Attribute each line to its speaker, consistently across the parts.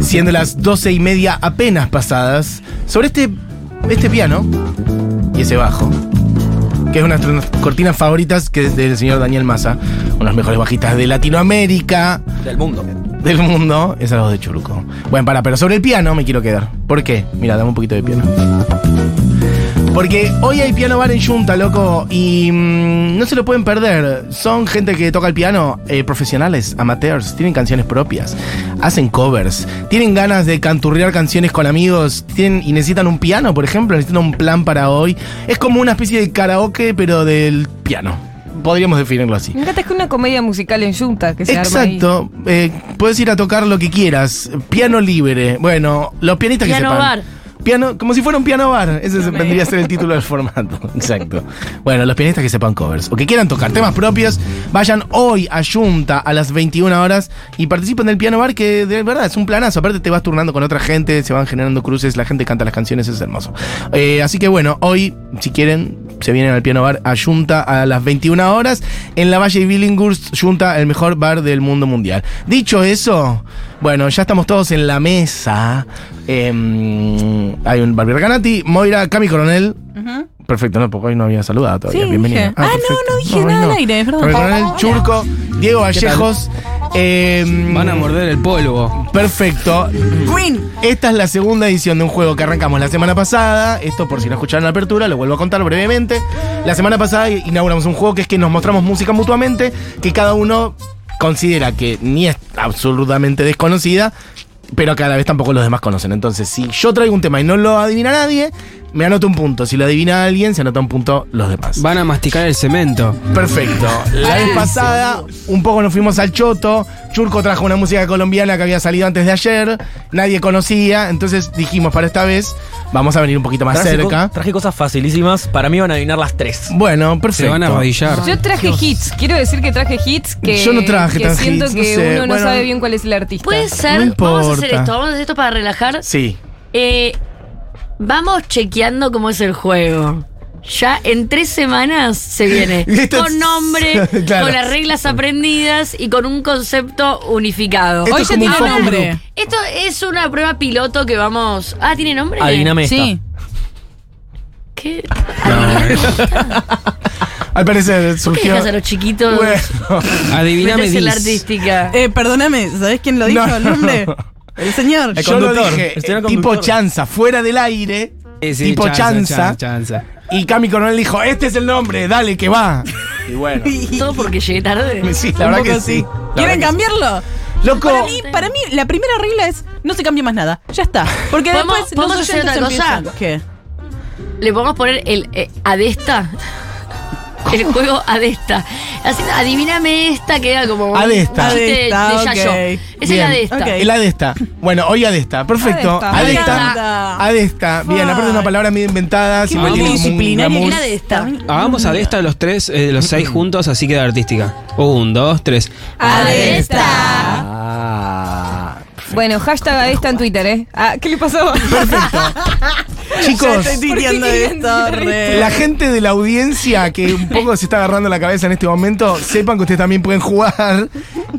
Speaker 1: siendo las doce y media apenas pasadas, sobre este, este piano y ese bajo, que es una de nuestras cortinas favoritas que es del señor Daniel Massa, uno de los mejores bajistas de Latinoamérica,
Speaker 2: Del mundo.
Speaker 1: del mundo, es algo de Churuco. Bueno, para, pero sobre el piano me quiero quedar. ¿Por qué? Mira, dame un poquito de piano. Porque hoy hay piano bar en Junta, loco, y mm, no se lo pueden perder. Son gente que toca el piano, eh, profesionales, amateurs, tienen canciones propias, hacen covers, tienen ganas de canturrear canciones con amigos, tienen y necesitan un piano, por ejemplo, necesitan un plan para hoy. Es como una especie de karaoke, pero del piano. Podríamos definirlo así.
Speaker 3: Me encanta que una comedia musical en Junta que se arma ahí.
Speaker 1: Exacto. Eh, puedes ir a tocar lo que quieras. Piano libre. Bueno, los pianistas que
Speaker 4: Piano
Speaker 1: sepan.
Speaker 4: bar.
Speaker 1: Piano, como si fuera un piano bar. Ese se- vendría a ser el título del formato. Exacto. Bueno, los pianistas que sepan covers o que quieran tocar temas propios, vayan hoy a Junta a las 21 horas y participen del piano bar, que de verdad es un planazo. Aparte, te vas turnando con otra gente, se van generando cruces, la gente canta las canciones, es hermoso. Eh, así que bueno, hoy, si quieren, se vienen al piano bar a Junta a las 21 horas en la Valle de Billinghurst, Junta, el mejor bar del mundo mundial. Dicho eso, bueno, ya estamos todos en la mesa. Em, hay un Barbier Ganati, Moira, Cami Coronel. Perfecto, no, porque hoy no había saludado todavía.
Speaker 3: Sí,
Speaker 1: Bienvenida.
Speaker 3: dije.
Speaker 4: Ah, no,
Speaker 1: perfecto.
Speaker 4: no dije nada
Speaker 1: hoy
Speaker 4: al aire, es verdad.
Speaker 1: Cami Coronel, Churco, Diego Vallejos. em,
Speaker 2: Van a morder el polvo.
Speaker 1: Perfecto. Esta es la segunda edición de un juego que arrancamos la semana pasada. Esto por si no escucharon la apertura, lo vuelvo a contar brevemente. La semana pasada inauguramos un juego que es que nos mostramos música mutuamente, que cada uno considera que ni es absolutamente desconocida, pero que a la vez tampoco los demás conocen. Entonces, si yo traigo un tema y no lo adivina nadie, me anoto un punto. Si lo adivina alguien, se anota un punto los demás.
Speaker 2: Van a masticar el cemento.
Speaker 1: Perfecto. La vez pasada, un poco nos fuimos al Choto. Churco trajo una música colombiana que había salido antes de ayer. Nadie conocía. Entonces dijimos, para esta vez, vamos a venir un poquito más
Speaker 5: Traje co-
Speaker 1: cerca.
Speaker 5: traje cosas facilísimas. Para mí van a adivinar las tres.
Speaker 1: Bueno, perfecto.
Speaker 2: Se van a arrodillar.
Speaker 3: Yo traje hits, quiero decir que traje hits que
Speaker 1: Yo no traje
Speaker 3: que
Speaker 1: tan
Speaker 3: siento
Speaker 1: hits, no
Speaker 3: que
Speaker 1: sé,
Speaker 3: uno no
Speaker 1: bueno.
Speaker 3: sabe bien cuál es el artista.
Speaker 4: Puede ser.
Speaker 1: No
Speaker 4: vamos a hacer
Speaker 1: importa.
Speaker 4: esto. Vamos a hacer esto para relajar.
Speaker 1: Sí.
Speaker 4: Eh, vamos chequeando cómo es el juego. Ya en tres semanas se viene.
Speaker 1: Y esto es-
Speaker 4: con nombre,
Speaker 1: Claro.
Speaker 4: con las reglas aprendidas y con un concepto unificado.
Speaker 1: Esto
Speaker 4: Hoy-
Speaker 3: Hoy
Speaker 1: es
Speaker 3: ya
Speaker 1: como un
Speaker 3: tiene
Speaker 1: focus
Speaker 3: nombre.
Speaker 1: group.
Speaker 4: Esto es una prueba piloto que vamos. Ah, ¿tiene nombre?
Speaker 5: Adivíname esta.
Speaker 3: Sí.
Speaker 4: ¿Qué?
Speaker 1: Al parecer
Speaker 4: ¿Qué
Speaker 1: surgió.
Speaker 4: dejas a los chiquitos?
Speaker 1: Bueno.
Speaker 2: Adiviname
Speaker 4: meterse en la
Speaker 2: 10.
Speaker 4: artística.
Speaker 6: Eh, perdóname, ¿sabés quién lo dijo?
Speaker 1: No.
Speaker 6: ¿El nombre? El señor.
Speaker 5: El
Speaker 1: Yo lo
Speaker 5: conductor,
Speaker 1: dije, eh,
Speaker 5: el señor
Speaker 1: tipo
Speaker 5: conductor.
Speaker 1: chanza, fuera del aire.
Speaker 2: Sí, sí,
Speaker 1: tipo chanza.
Speaker 2: chanza.
Speaker 1: Y Cami Coronel dijo, este es el nombre, dale que va. Y bueno.
Speaker 4: Todo porque llegué tarde.
Speaker 1: Sí, la verdad
Speaker 6: Un poco
Speaker 1: que
Speaker 6: así.
Speaker 1: sí. La verdad
Speaker 6: ¿Quieren
Speaker 1: que sí.
Speaker 6: cambiarlo?
Speaker 1: Loco.
Speaker 6: Para mí, para mí, la primera regla es no se cambie más nada. Ya está. Porque
Speaker 4: ¿Podemos-
Speaker 6: después
Speaker 4: podemos
Speaker 6: los
Speaker 4: hacer
Speaker 6: oyentes
Speaker 4: otra cosa?
Speaker 6: empiezan- ¿Qué?
Speaker 4: Le podemos poner el eh, Adesta. El juego Adesta. Así, adivíname esta que era como. un
Speaker 1: Adesta.
Speaker 4: chiste De,
Speaker 6: Adesta,
Speaker 4: de
Speaker 6: ok.
Speaker 4: Yayo. Es
Speaker 1: Bien.
Speaker 4: el Adesta.
Speaker 6: Ok.
Speaker 1: El Adesta. Bueno, hoy Adesta. Perfecto.
Speaker 3: Adesta.
Speaker 1: Adesta.
Speaker 6: Adesta.
Speaker 1: Adesta. Bien, aparte es una palabra medio inventada.
Speaker 6: Qué
Speaker 1: siempre tiene como un
Speaker 6: multidisciplinaria
Speaker 1: glamour.
Speaker 6: que
Speaker 4: El Adesta.
Speaker 2: Hagamos a de esta los tres, eh, los seis
Speaker 1: Mm.
Speaker 2: juntos, así queda artística. Un, dos, tres.
Speaker 3: Adesta.
Speaker 1: Ah.
Speaker 3: Bueno, hashtag Adesta en Twitter, ¿eh? Ah, ¿Qué le pasó?
Speaker 6: Ya
Speaker 1: Chicos,
Speaker 6: estoy tirando
Speaker 3: ¿Por qué
Speaker 6: de
Speaker 3: querían
Speaker 6: esto.
Speaker 3: tirar
Speaker 6: re.
Speaker 1: la gente de la audiencia que un poco se está agarrando la cabeza en este momento, sepan que ustedes también pueden jugar.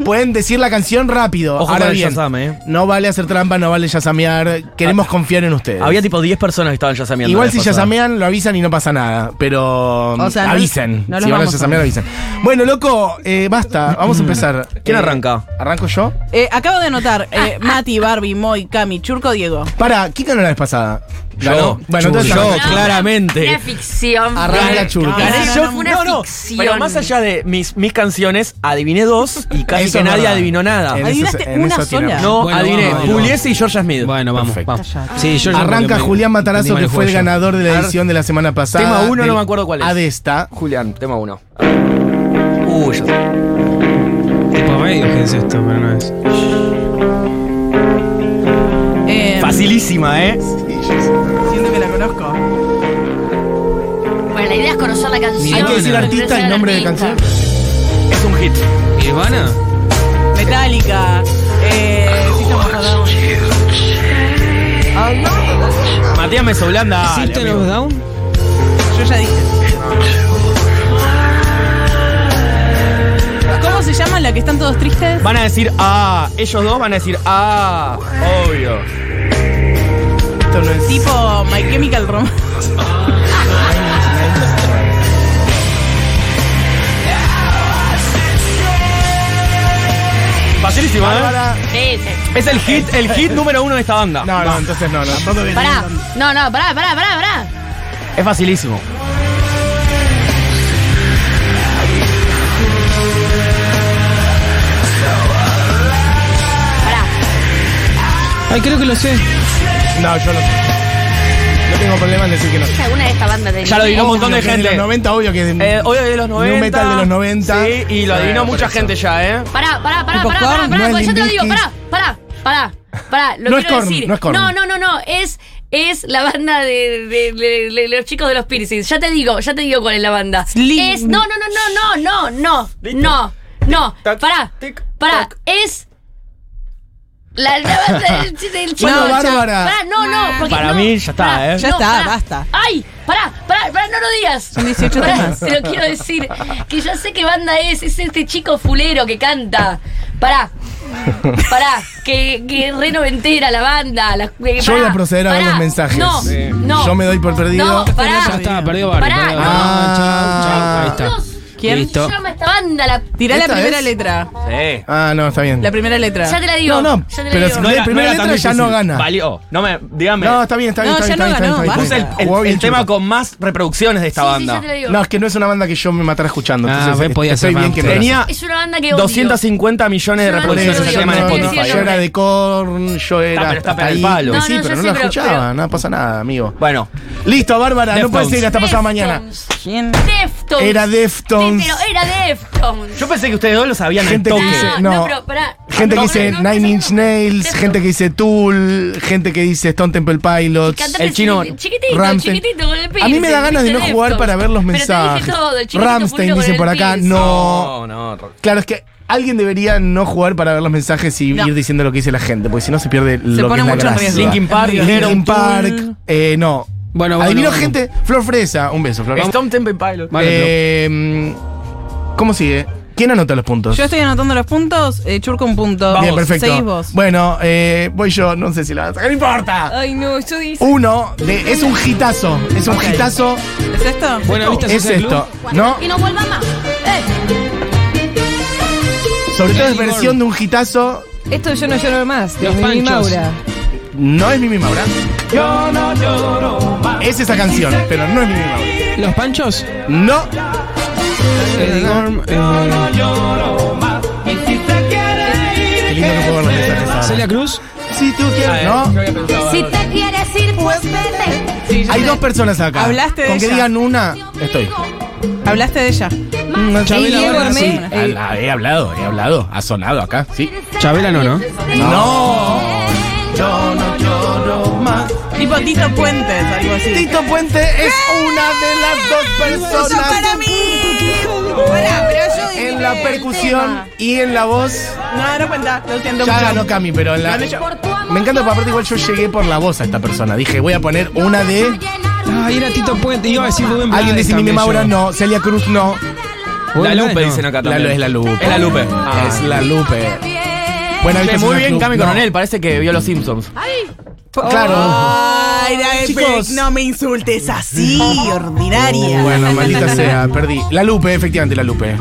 Speaker 1: Pueden decir la canción rápido.
Speaker 5: Ojo
Speaker 1: Ahora
Speaker 5: con el
Speaker 1: bien,
Speaker 5: Shazam, ¿eh? Ah.
Speaker 1: no vale hacer trampa, no vale yasamear. Queremos confiar en ustedes.
Speaker 5: Había tipo 10 personas que estaban yasameando.
Speaker 1: Igual
Speaker 5: la
Speaker 1: si
Speaker 5: vez pasada.
Speaker 1: yasamean, lo avisan y no pasa nada. Pero
Speaker 6: O sea, no-
Speaker 1: avisen.
Speaker 6: no los
Speaker 1: si van a
Speaker 6: vamos a-
Speaker 1: yasamear, avisen. Bueno, loco, eh, basta. Vamos a empezar.
Speaker 5: Mm. ¿Quién
Speaker 1: Eh,
Speaker 5: arranca?
Speaker 1: ¿Arranco yo?
Speaker 6: Eh, acabo de anotar eh, Mati, Barbie, Moy, Cami, Churco, Diego.
Speaker 1: Para, ¿quién ganó la vez pasada?
Speaker 5: Yo.
Speaker 1: ¿Ganó? Bueno,
Speaker 5: Yo,
Speaker 1: entonces
Speaker 5: yo,
Speaker 1: arranca.
Speaker 5: No, claramente.
Speaker 4: Una ficción.
Speaker 1: Arranca Churco.
Speaker 4: Gané
Speaker 6: Gané
Speaker 4: yo.
Speaker 6: yo.
Speaker 4: Fue una
Speaker 5: No, no.
Speaker 4: ficción.
Speaker 5: Pero más allá de mis, mis canciones, adiviné dos y casi
Speaker 1: Eso
Speaker 5: que
Speaker 1: es
Speaker 5: nadie
Speaker 1: verdad. Eh,
Speaker 5: adivinó nada.
Speaker 1: En eso
Speaker 6: Adivinaste
Speaker 1: se- en
Speaker 6: una
Speaker 1: eso tiene
Speaker 6: sola.
Speaker 1: razón.
Speaker 5: No,
Speaker 2: Bueno,
Speaker 5: adiviné.
Speaker 2: vamos, vamos.
Speaker 5: Juliese y Georgia Smith.
Speaker 2: Bueno, vamos,
Speaker 1: Perfecto.
Speaker 2: vamos. Sí, yo ya
Speaker 1: Arranca
Speaker 2: porque me-
Speaker 1: Julián Matarazo,
Speaker 2: entendí mal
Speaker 1: que fue el
Speaker 2: juego yo.
Speaker 1: ganador de la
Speaker 5: Ar-
Speaker 1: edición de la semana pasada. Ah,
Speaker 5: Tema uno,
Speaker 1: del-
Speaker 5: no me acuerdo cuál es.
Speaker 1: Adesta.
Speaker 5: Julián, tema uno. Uy, yo sé.
Speaker 2: Tipo medio, ¿qué es esto? Pero no es.
Speaker 6: Eh,
Speaker 5: Facilísima, ¿eh?
Speaker 6: Siento que la conozco.
Speaker 4: Bueno, la idea es conocer la canción.
Speaker 1: Hay que decir
Speaker 4: conocer
Speaker 1: artista y
Speaker 4: al
Speaker 1: nombre de
Speaker 4: artista.
Speaker 1: canción.
Speaker 5: Es un hit.
Speaker 2: ¿Nirvana?
Speaker 6: Metallica. Eh, System of a Down.
Speaker 5: Matías
Speaker 1: Ah,
Speaker 5: Mesoblanda. dale,
Speaker 2: ¿System
Speaker 5: amigo.
Speaker 2: of Down?
Speaker 6: Yo ya dije. ¿Cómo se llama en la que están todos tristes.
Speaker 5: Van a decir ah, ellos dos van a decir ah, obvio.
Speaker 1: Esto no es.
Speaker 6: Tipo My Chemical Romance.
Speaker 5: Facilísimo, ¿eh?
Speaker 1: Bárbara.
Speaker 4: Sí, sí.
Speaker 5: Es el hit, el hit número uno de esta banda.
Speaker 1: No, no, entonces no, no. Todo bien.
Speaker 4: Pará. No, no, pará, pará, pará, pará.
Speaker 5: Es facilísimo.
Speaker 4: Pará.
Speaker 2: Ay, creo que lo sé.
Speaker 1: No, yo no. No tengo problema en decir que no.
Speaker 4: Es alguna de esta banda de
Speaker 5: Ya lo dijo un montón de
Speaker 1: Obvio que es
Speaker 5: gente.
Speaker 1: los 90, obvio que es de-
Speaker 5: Eh, hoy es de los 90.
Speaker 1: Nu metal de los 90.
Speaker 5: Sí, y lo adivinó
Speaker 1: Eh, por
Speaker 5: mucha
Speaker 1: eso.
Speaker 5: gente ya, ¿eh?
Speaker 4: Pará, pará, pará,
Speaker 6: Tipo
Speaker 4: pará,
Speaker 6: Korn,
Speaker 4: pará, pará,
Speaker 1: no es
Speaker 4: pues yo te lo
Speaker 1: Limp
Speaker 4: digo,
Speaker 1: Bizkit.
Speaker 4: pará, pará, pará, pará, lo
Speaker 1: No es
Speaker 4: quiero
Speaker 1: Korn,
Speaker 4: decir.
Speaker 1: no es Korn.
Speaker 4: no, no, no, no, es, es la banda de, de- de- de los chicos de los piercings. Ya te digo, ya te digo cuál es la banda.
Speaker 6: Slim.
Speaker 4: Es, no, no, no, no, no, no, no,
Speaker 5: Listo.
Speaker 4: no, no,
Speaker 5: Tic-tac,
Speaker 4: pará,
Speaker 5: tic-tac.
Speaker 4: pará, es... La, la banda del, del chico.
Speaker 1: Bueno, Bárbara.
Speaker 4: Pará, no, no, porque
Speaker 5: Para
Speaker 4: no,
Speaker 5: mí ya está,
Speaker 4: pará,
Speaker 5: ¿eh?
Speaker 6: Ya
Speaker 4: no,
Speaker 6: está,
Speaker 4: pará.
Speaker 6: basta.
Speaker 4: ¡Ay! ¡Pará! ¡Pará! ¡Pará! ¡No lo digas! Son
Speaker 6: 18 temas.
Speaker 4: Te lo quiero decir. Que ya sé qué banda es. Es este chico fulero que canta. Pará. Pará. Que, que re noventera la banda. La, eh,
Speaker 1: Yo voy
Speaker 4: pará,
Speaker 1: a proceder a ver
Speaker 4: pará.
Speaker 1: los mensajes.
Speaker 4: No,
Speaker 1: Sí.
Speaker 4: no.
Speaker 1: Yo me doy por perdido.
Speaker 4: No, pará.
Speaker 2: Ya está, perdió Barbie.
Speaker 4: Ah, Pará,
Speaker 2: perdió
Speaker 4: no.
Speaker 2: Barbie.
Speaker 1: Ah.
Speaker 2: Chau, chau. Ahí está.
Speaker 6: ¿Quién?
Speaker 2: Listo.
Speaker 4: ¿Cómo se llama esta banda? La,
Speaker 6: Tirá la
Speaker 1: ¿Esta
Speaker 6: primera
Speaker 1: es?
Speaker 6: letra.
Speaker 5: Sí.
Speaker 1: Ah, no, está bien.
Speaker 6: La primera letra.
Speaker 4: ya te la
Speaker 1: no,
Speaker 4: digo.
Speaker 1: no.
Speaker 4: Ya te la
Speaker 1: Pero
Speaker 4: digo.
Speaker 1: si la primera
Speaker 5: tan
Speaker 1: letra ya no
Speaker 5: difícil.
Speaker 1: gana.
Speaker 5: Valió. No me, dígame.
Speaker 1: No, está bien, está bien,
Speaker 6: No,
Speaker 1: está
Speaker 6: ya
Speaker 1: bien. está
Speaker 6: no
Speaker 1: bien,
Speaker 6: ganó,
Speaker 1: está
Speaker 5: Puse
Speaker 1: bien,
Speaker 5: el,
Speaker 1: está bien.
Speaker 5: el-
Speaker 1: Jugó bien
Speaker 5: el tema
Speaker 1: Chupa.
Speaker 5: con más reproducciones de esta
Speaker 4: Sí, sí,
Speaker 5: banda.
Speaker 4: ya te la digo.
Speaker 1: No, es que no es una banda que yo me matara escuchando.
Speaker 2: Ah,
Speaker 1: Entonces,
Speaker 2: ves, podía
Speaker 1: estoy
Speaker 2: ser
Speaker 1: bien
Speaker 2: más
Speaker 1: que
Speaker 2: claro.
Speaker 5: Tenía
Speaker 4: Es una banda que odio.
Speaker 5: 250 millones de
Speaker 4: Yo no
Speaker 1: Por eso,
Speaker 5: reproducciones de
Speaker 4: Yo no
Speaker 5: ese
Speaker 1: yo,
Speaker 5: tema en
Speaker 4: lo
Speaker 1: no-
Speaker 4: digo,
Speaker 5: Spotify.
Speaker 1: yo era de Korn, yo era
Speaker 5: Está, pero está, pero
Speaker 1: hasta
Speaker 5: el
Speaker 1: ahí.
Speaker 5: palo.
Speaker 4: No,
Speaker 1: sí,
Speaker 4: no,
Speaker 1: pero
Speaker 4: yo
Speaker 1: no
Speaker 4: sé,
Speaker 1: la
Speaker 4: pero-
Speaker 1: escuchaba,
Speaker 4: pero-
Speaker 1: no pasa nada, amigo.
Speaker 5: Bueno,
Speaker 1: Listo, Bárbara, no puede
Speaker 5: Deftones.
Speaker 1: ser que hasta pasado mañana.
Speaker 4: Deftones.
Speaker 6: ¿Quién?
Speaker 4: Deftones.
Speaker 1: Era Deftones.
Speaker 4: Sí, pero era Deftones.
Speaker 5: yo pensé que ustedes dos lo sabían
Speaker 1: Gente
Speaker 5: al
Speaker 1: que
Speaker 5: toque.
Speaker 1: dice-
Speaker 4: No,
Speaker 1: no.
Speaker 4: no, pero pará.
Speaker 1: Gente que
Speaker 4: No,
Speaker 1: dice
Speaker 4: no, no,
Speaker 1: Nine
Speaker 4: no,
Speaker 1: Inch
Speaker 4: no.
Speaker 1: Nails,
Speaker 4: Deftones.
Speaker 1: gente que dice Tool, gente que dice Stone Temple Pilots.
Speaker 4: Cantate
Speaker 5: El chino-
Speaker 4: chiquitito, Chiquitito,
Speaker 1: Rammstein.
Speaker 4: chiquitito con el
Speaker 1: A mí me da ganas de no jugar para ver los mensajes. Ramstein
Speaker 4: Ramstein
Speaker 1: dice por acá, no.
Speaker 5: No, no.
Speaker 1: Claro, es que alguien debería no jugar para ver los mensajes y
Speaker 6: No.
Speaker 1: ir diciendo lo que dice la gente, porque si no se pierde lo que
Speaker 6: pone
Speaker 1: es la
Speaker 6: mucho en
Speaker 1: gracia.
Speaker 6: riesgo.
Speaker 5: Linkin Park,
Speaker 1: Linkin
Speaker 5: dijeron
Speaker 1: Park, eh, no.
Speaker 2: Bueno, bueno,
Speaker 1: Adivino
Speaker 2: bueno.
Speaker 1: gente, Flor Fresa, un beso, Flor.
Speaker 5: Stone Temple Pilot.
Speaker 2: Vale, pero-
Speaker 1: Eh, ¿Cómo sigue? ¿Quién anota los puntos?
Speaker 6: Yo estoy anotando los puntos. Eh, Churco un punto.
Speaker 1: Bien, perfecto.
Speaker 6: Seguís vos.
Speaker 1: Bueno, eh, voy yo, no sé si la van a sacar, no importa.
Speaker 3: Ay, no, yo dije.
Speaker 1: Uno, de, es un hitazo, es un hitazo,
Speaker 6: ¿Es esto?
Speaker 2: Buena vista
Speaker 1: es
Speaker 2: Social Club.
Speaker 1: esto, ¿no?
Speaker 4: Y no vuelva más.
Speaker 1: Sobre todo es
Speaker 2: Gilmore.
Speaker 1: versión de un hitazo,
Speaker 3: Esto yo no lloro más.
Speaker 2: Los
Speaker 3: de Mimi
Speaker 2: panchos.
Speaker 3: Maura.
Speaker 1: no es Mimi Maura. Es esa canción, pero no es Mimi Maura.
Speaker 2: Los panchos.
Speaker 1: No,
Speaker 2: Eddie Gorm, eh,
Speaker 1: qué lindo que puedo ver los mensajes ahora.
Speaker 2: Celia Cruz.
Speaker 1: Si tú quieres, no.
Speaker 4: Si te quieres ir, pues vete.
Speaker 1: Hay dos personas acá.
Speaker 6: Hablaste de
Speaker 1: Con que
Speaker 6: ella.
Speaker 1: digan una, estoy.
Speaker 6: Hablaste de ella.
Speaker 3: Ey, Diego
Speaker 2: Vargas,
Speaker 3: Hermé,
Speaker 2: sí.
Speaker 3: ey,
Speaker 1: Ah, He hablado, he hablado, ha sonado acá, sí.
Speaker 2: Chabela no, ¿no?
Speaker 1: No. Yo no lloro más.
Speaker 6: Tipo Tito Puentes, algo así.
Speaker 1: Tito Puente es una de las dos personas
Speaker 6: mí! Pará, pero yo dije
Speaker 1: en la
Speaker 6: el
Speaker 1: percusión
Speaker 6: tema.
Speaker 1: y en la voz.
Speaker 6: No, no cuenta. Lo siento
Speaker 1: Ya
Speaker 6: mucho.
Speaker 1: ganó Cami, pero en la. Me encanta, porque aparte igual yo llegué por la voz a esta persona. Dije, voy a poner una de.
Speaker 2: Ay, era Tito Puente. Iba a decir Rubén Blades
Speaker 1: Alguien dice Mimi
Speaker 2: también
Speaker 1: Maura,
Speaker 2: yo.
Speaker 1: no. Celia Cruz, no.
Speaker 5: La
Speaker 2: Rubén Blades,
Speaker 5: Lupe
Speaker 2: no.
Speaker 5: dicen acá
Speaker 1: La,
Speaker 5: también.
Speaker 1: es la Lupe.
Speaker 5: Es la Lupe. Ah.
Speaker 1: Es la Lupe. Buena
Speaker 5: Che,
Speaker 1: vista,
Speaker 5: Muy
Speaker 1: señor
Speaker 5: bien,
Speaker 1: Club.
Speaker 5: Cami
Speaker 1: No.
Speaker 5: Coronel. Parece que vio los Simpsons.
Speaker 1: Claro.
Speaker 6: Ay, dale,
Speaker 1: Chicos.
Speaker 6: pe- Eh, no me insultes así, ordinaria.
Speaker 1: Bueno, maldita sea, perdí. La Lupe, efectivamente, la Lupe.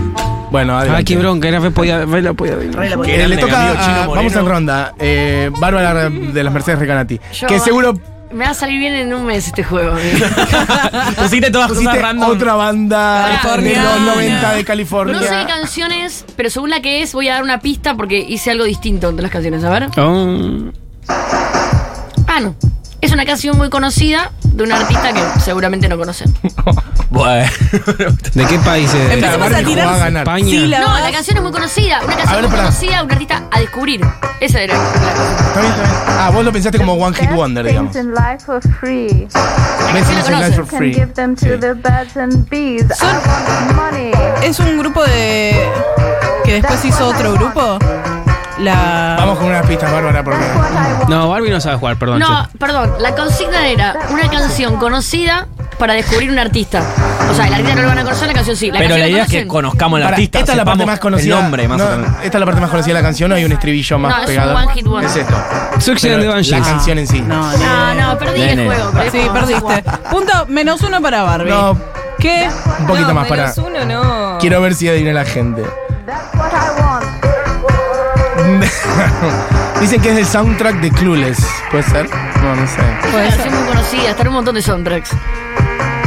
Speaker 1: Bueno, adelante.
Speaker 2: Ay, Ah, qué bronca. Era re podía. re la podía
Speaker 6: Re la
Speaker 1: Eh,
Speaker 6: voy-
Speaker 5: Ah, Grande,
Speaker 1: le toca,
Speaker 5: amigo Chino
Speaker 1: a-
Speaker 5: Moreno.
Speaker 1: vamos en ronda. Eh, Bárbara de las Mercedes Recanati.
Speaker 4: Yo-
Speaker 1: que seguro
Speaker 4: Me va a salir bien en un mes este juego. amigo.
Speaker 5: Pusiste todas
Speaker 1: pusiste
Speaker 5: cosas random.
Speaker 1: otra banda de
Speaker 6: Californiana.
Speaker 1: los 90 de
Speaker 4: No sé qué
Speaker 1: California.
Speaker 4: canción es, pero según la que es, voy a dar una pista porque hice algo distinto entre las canciones. A ver.
Speaker 2: Oh.
Speaker 4: Ah, no. Es una canción muy conocida de un artista que seguramente no conocen.
Speaker 5: Bueno.
Speaker 2: ¿De qué país es?
Speaker 6: Empezamos
Speaker 1: Barbie
Speaker 6: a
Speaker 1: jugó
Speaker 6: tirar
Speaker 1: a ganar.
Speaker 2: España.
Speaker 6: Sí, la
Speaker 4: No, la
Speaker 6: verdad.
Speaker 4: canción es muy conocida. Una canción
Speaker 1: ver,
Speaker 4: muy
Speaker 1: pará.
Speaker 4: conocida, un artista a descubrir. Esa era la canción.
Speaker 1: Está bien, está bien. Ah, vos lo pensaste como One Hit
Speaker 7: Best
Speaker 1: Wonder, digamos.
Speaker 7: things in life for free.
Speaker 1: Best Things in Life for
Speaker 7: Can
Speaker 1: Free.
Speaker 7: give them to
Speaker 1: Sí.
Speaker 7: the birds and bees. I want money.
Speaker 6: Es un grupo de. que después hizo otro grupo. La.
Speaker 1: Vamos con unas pistas, Bárbara, porque.
Speaker 7: That's what I want.
Speaker 2: No, Barbie no sabe jugar, perdón.
Speaker 4: No,
Speaker 2: che.
Speaker 4: perdón, la consigna era una canción conocida para descubrir un artista. O sea, el artista no lo van a conocer, la canción sí. La
Speaker 5: Pero
Speaker 4: canción
Speaker 5: la
Speaker 4: la
Speaker 5: idea es que
Speaker 4: conocen.
Speaker 5: conozcamos al
Speaker 1: Pará,
Speaker 5: artista.
Speaker 1: esta es la parte
Speaker 5: sepamos
Speaker 1: más conocida.
Speaker 5: El nombre, más
Speaker 1: no,
Speaker 5: o menos.
Speaker 1: Esta es la parte más conocida de la canción, no hay un estribillo más
Speaker 4: No, es
Speaker 1: pegado.
Speaker 4: un one hit wonder.
Speaker 1: Es esto.
Speaker 2: Suction
Speaker 1: Pero
Speaker 2: and the
Speaker 1: La
Speaker 2: Banshees.
Speaker 1: canción en sí.
Speaker 6: No,
Speaker 4: No,
Speaker 6: no.
Speaker 4: no, perdí
Speaker 5: Nene.
Speaker 4: el juego. pero
Speaker 6: Sí,
Speaker 4: no,
Speaker 6: perdiste. Punto menos uno para Barbie.
Speaker 1: No,
Speaker 6: ¿Qué?
Speaker 1: un poquito
Speaker 3: no,
Speaker 1: más para.
Speaker 3: menos uno no.
Speaker 1: Quiero ver si adivina la gente.
Speaker 7: That's what I want.
Speaker 1: Dicen que es el soundtrack de Clueless. ¿Puede ser? No, no sé.
Speaker 4: Es una canción muy conocida, está en un montón de soundtracks.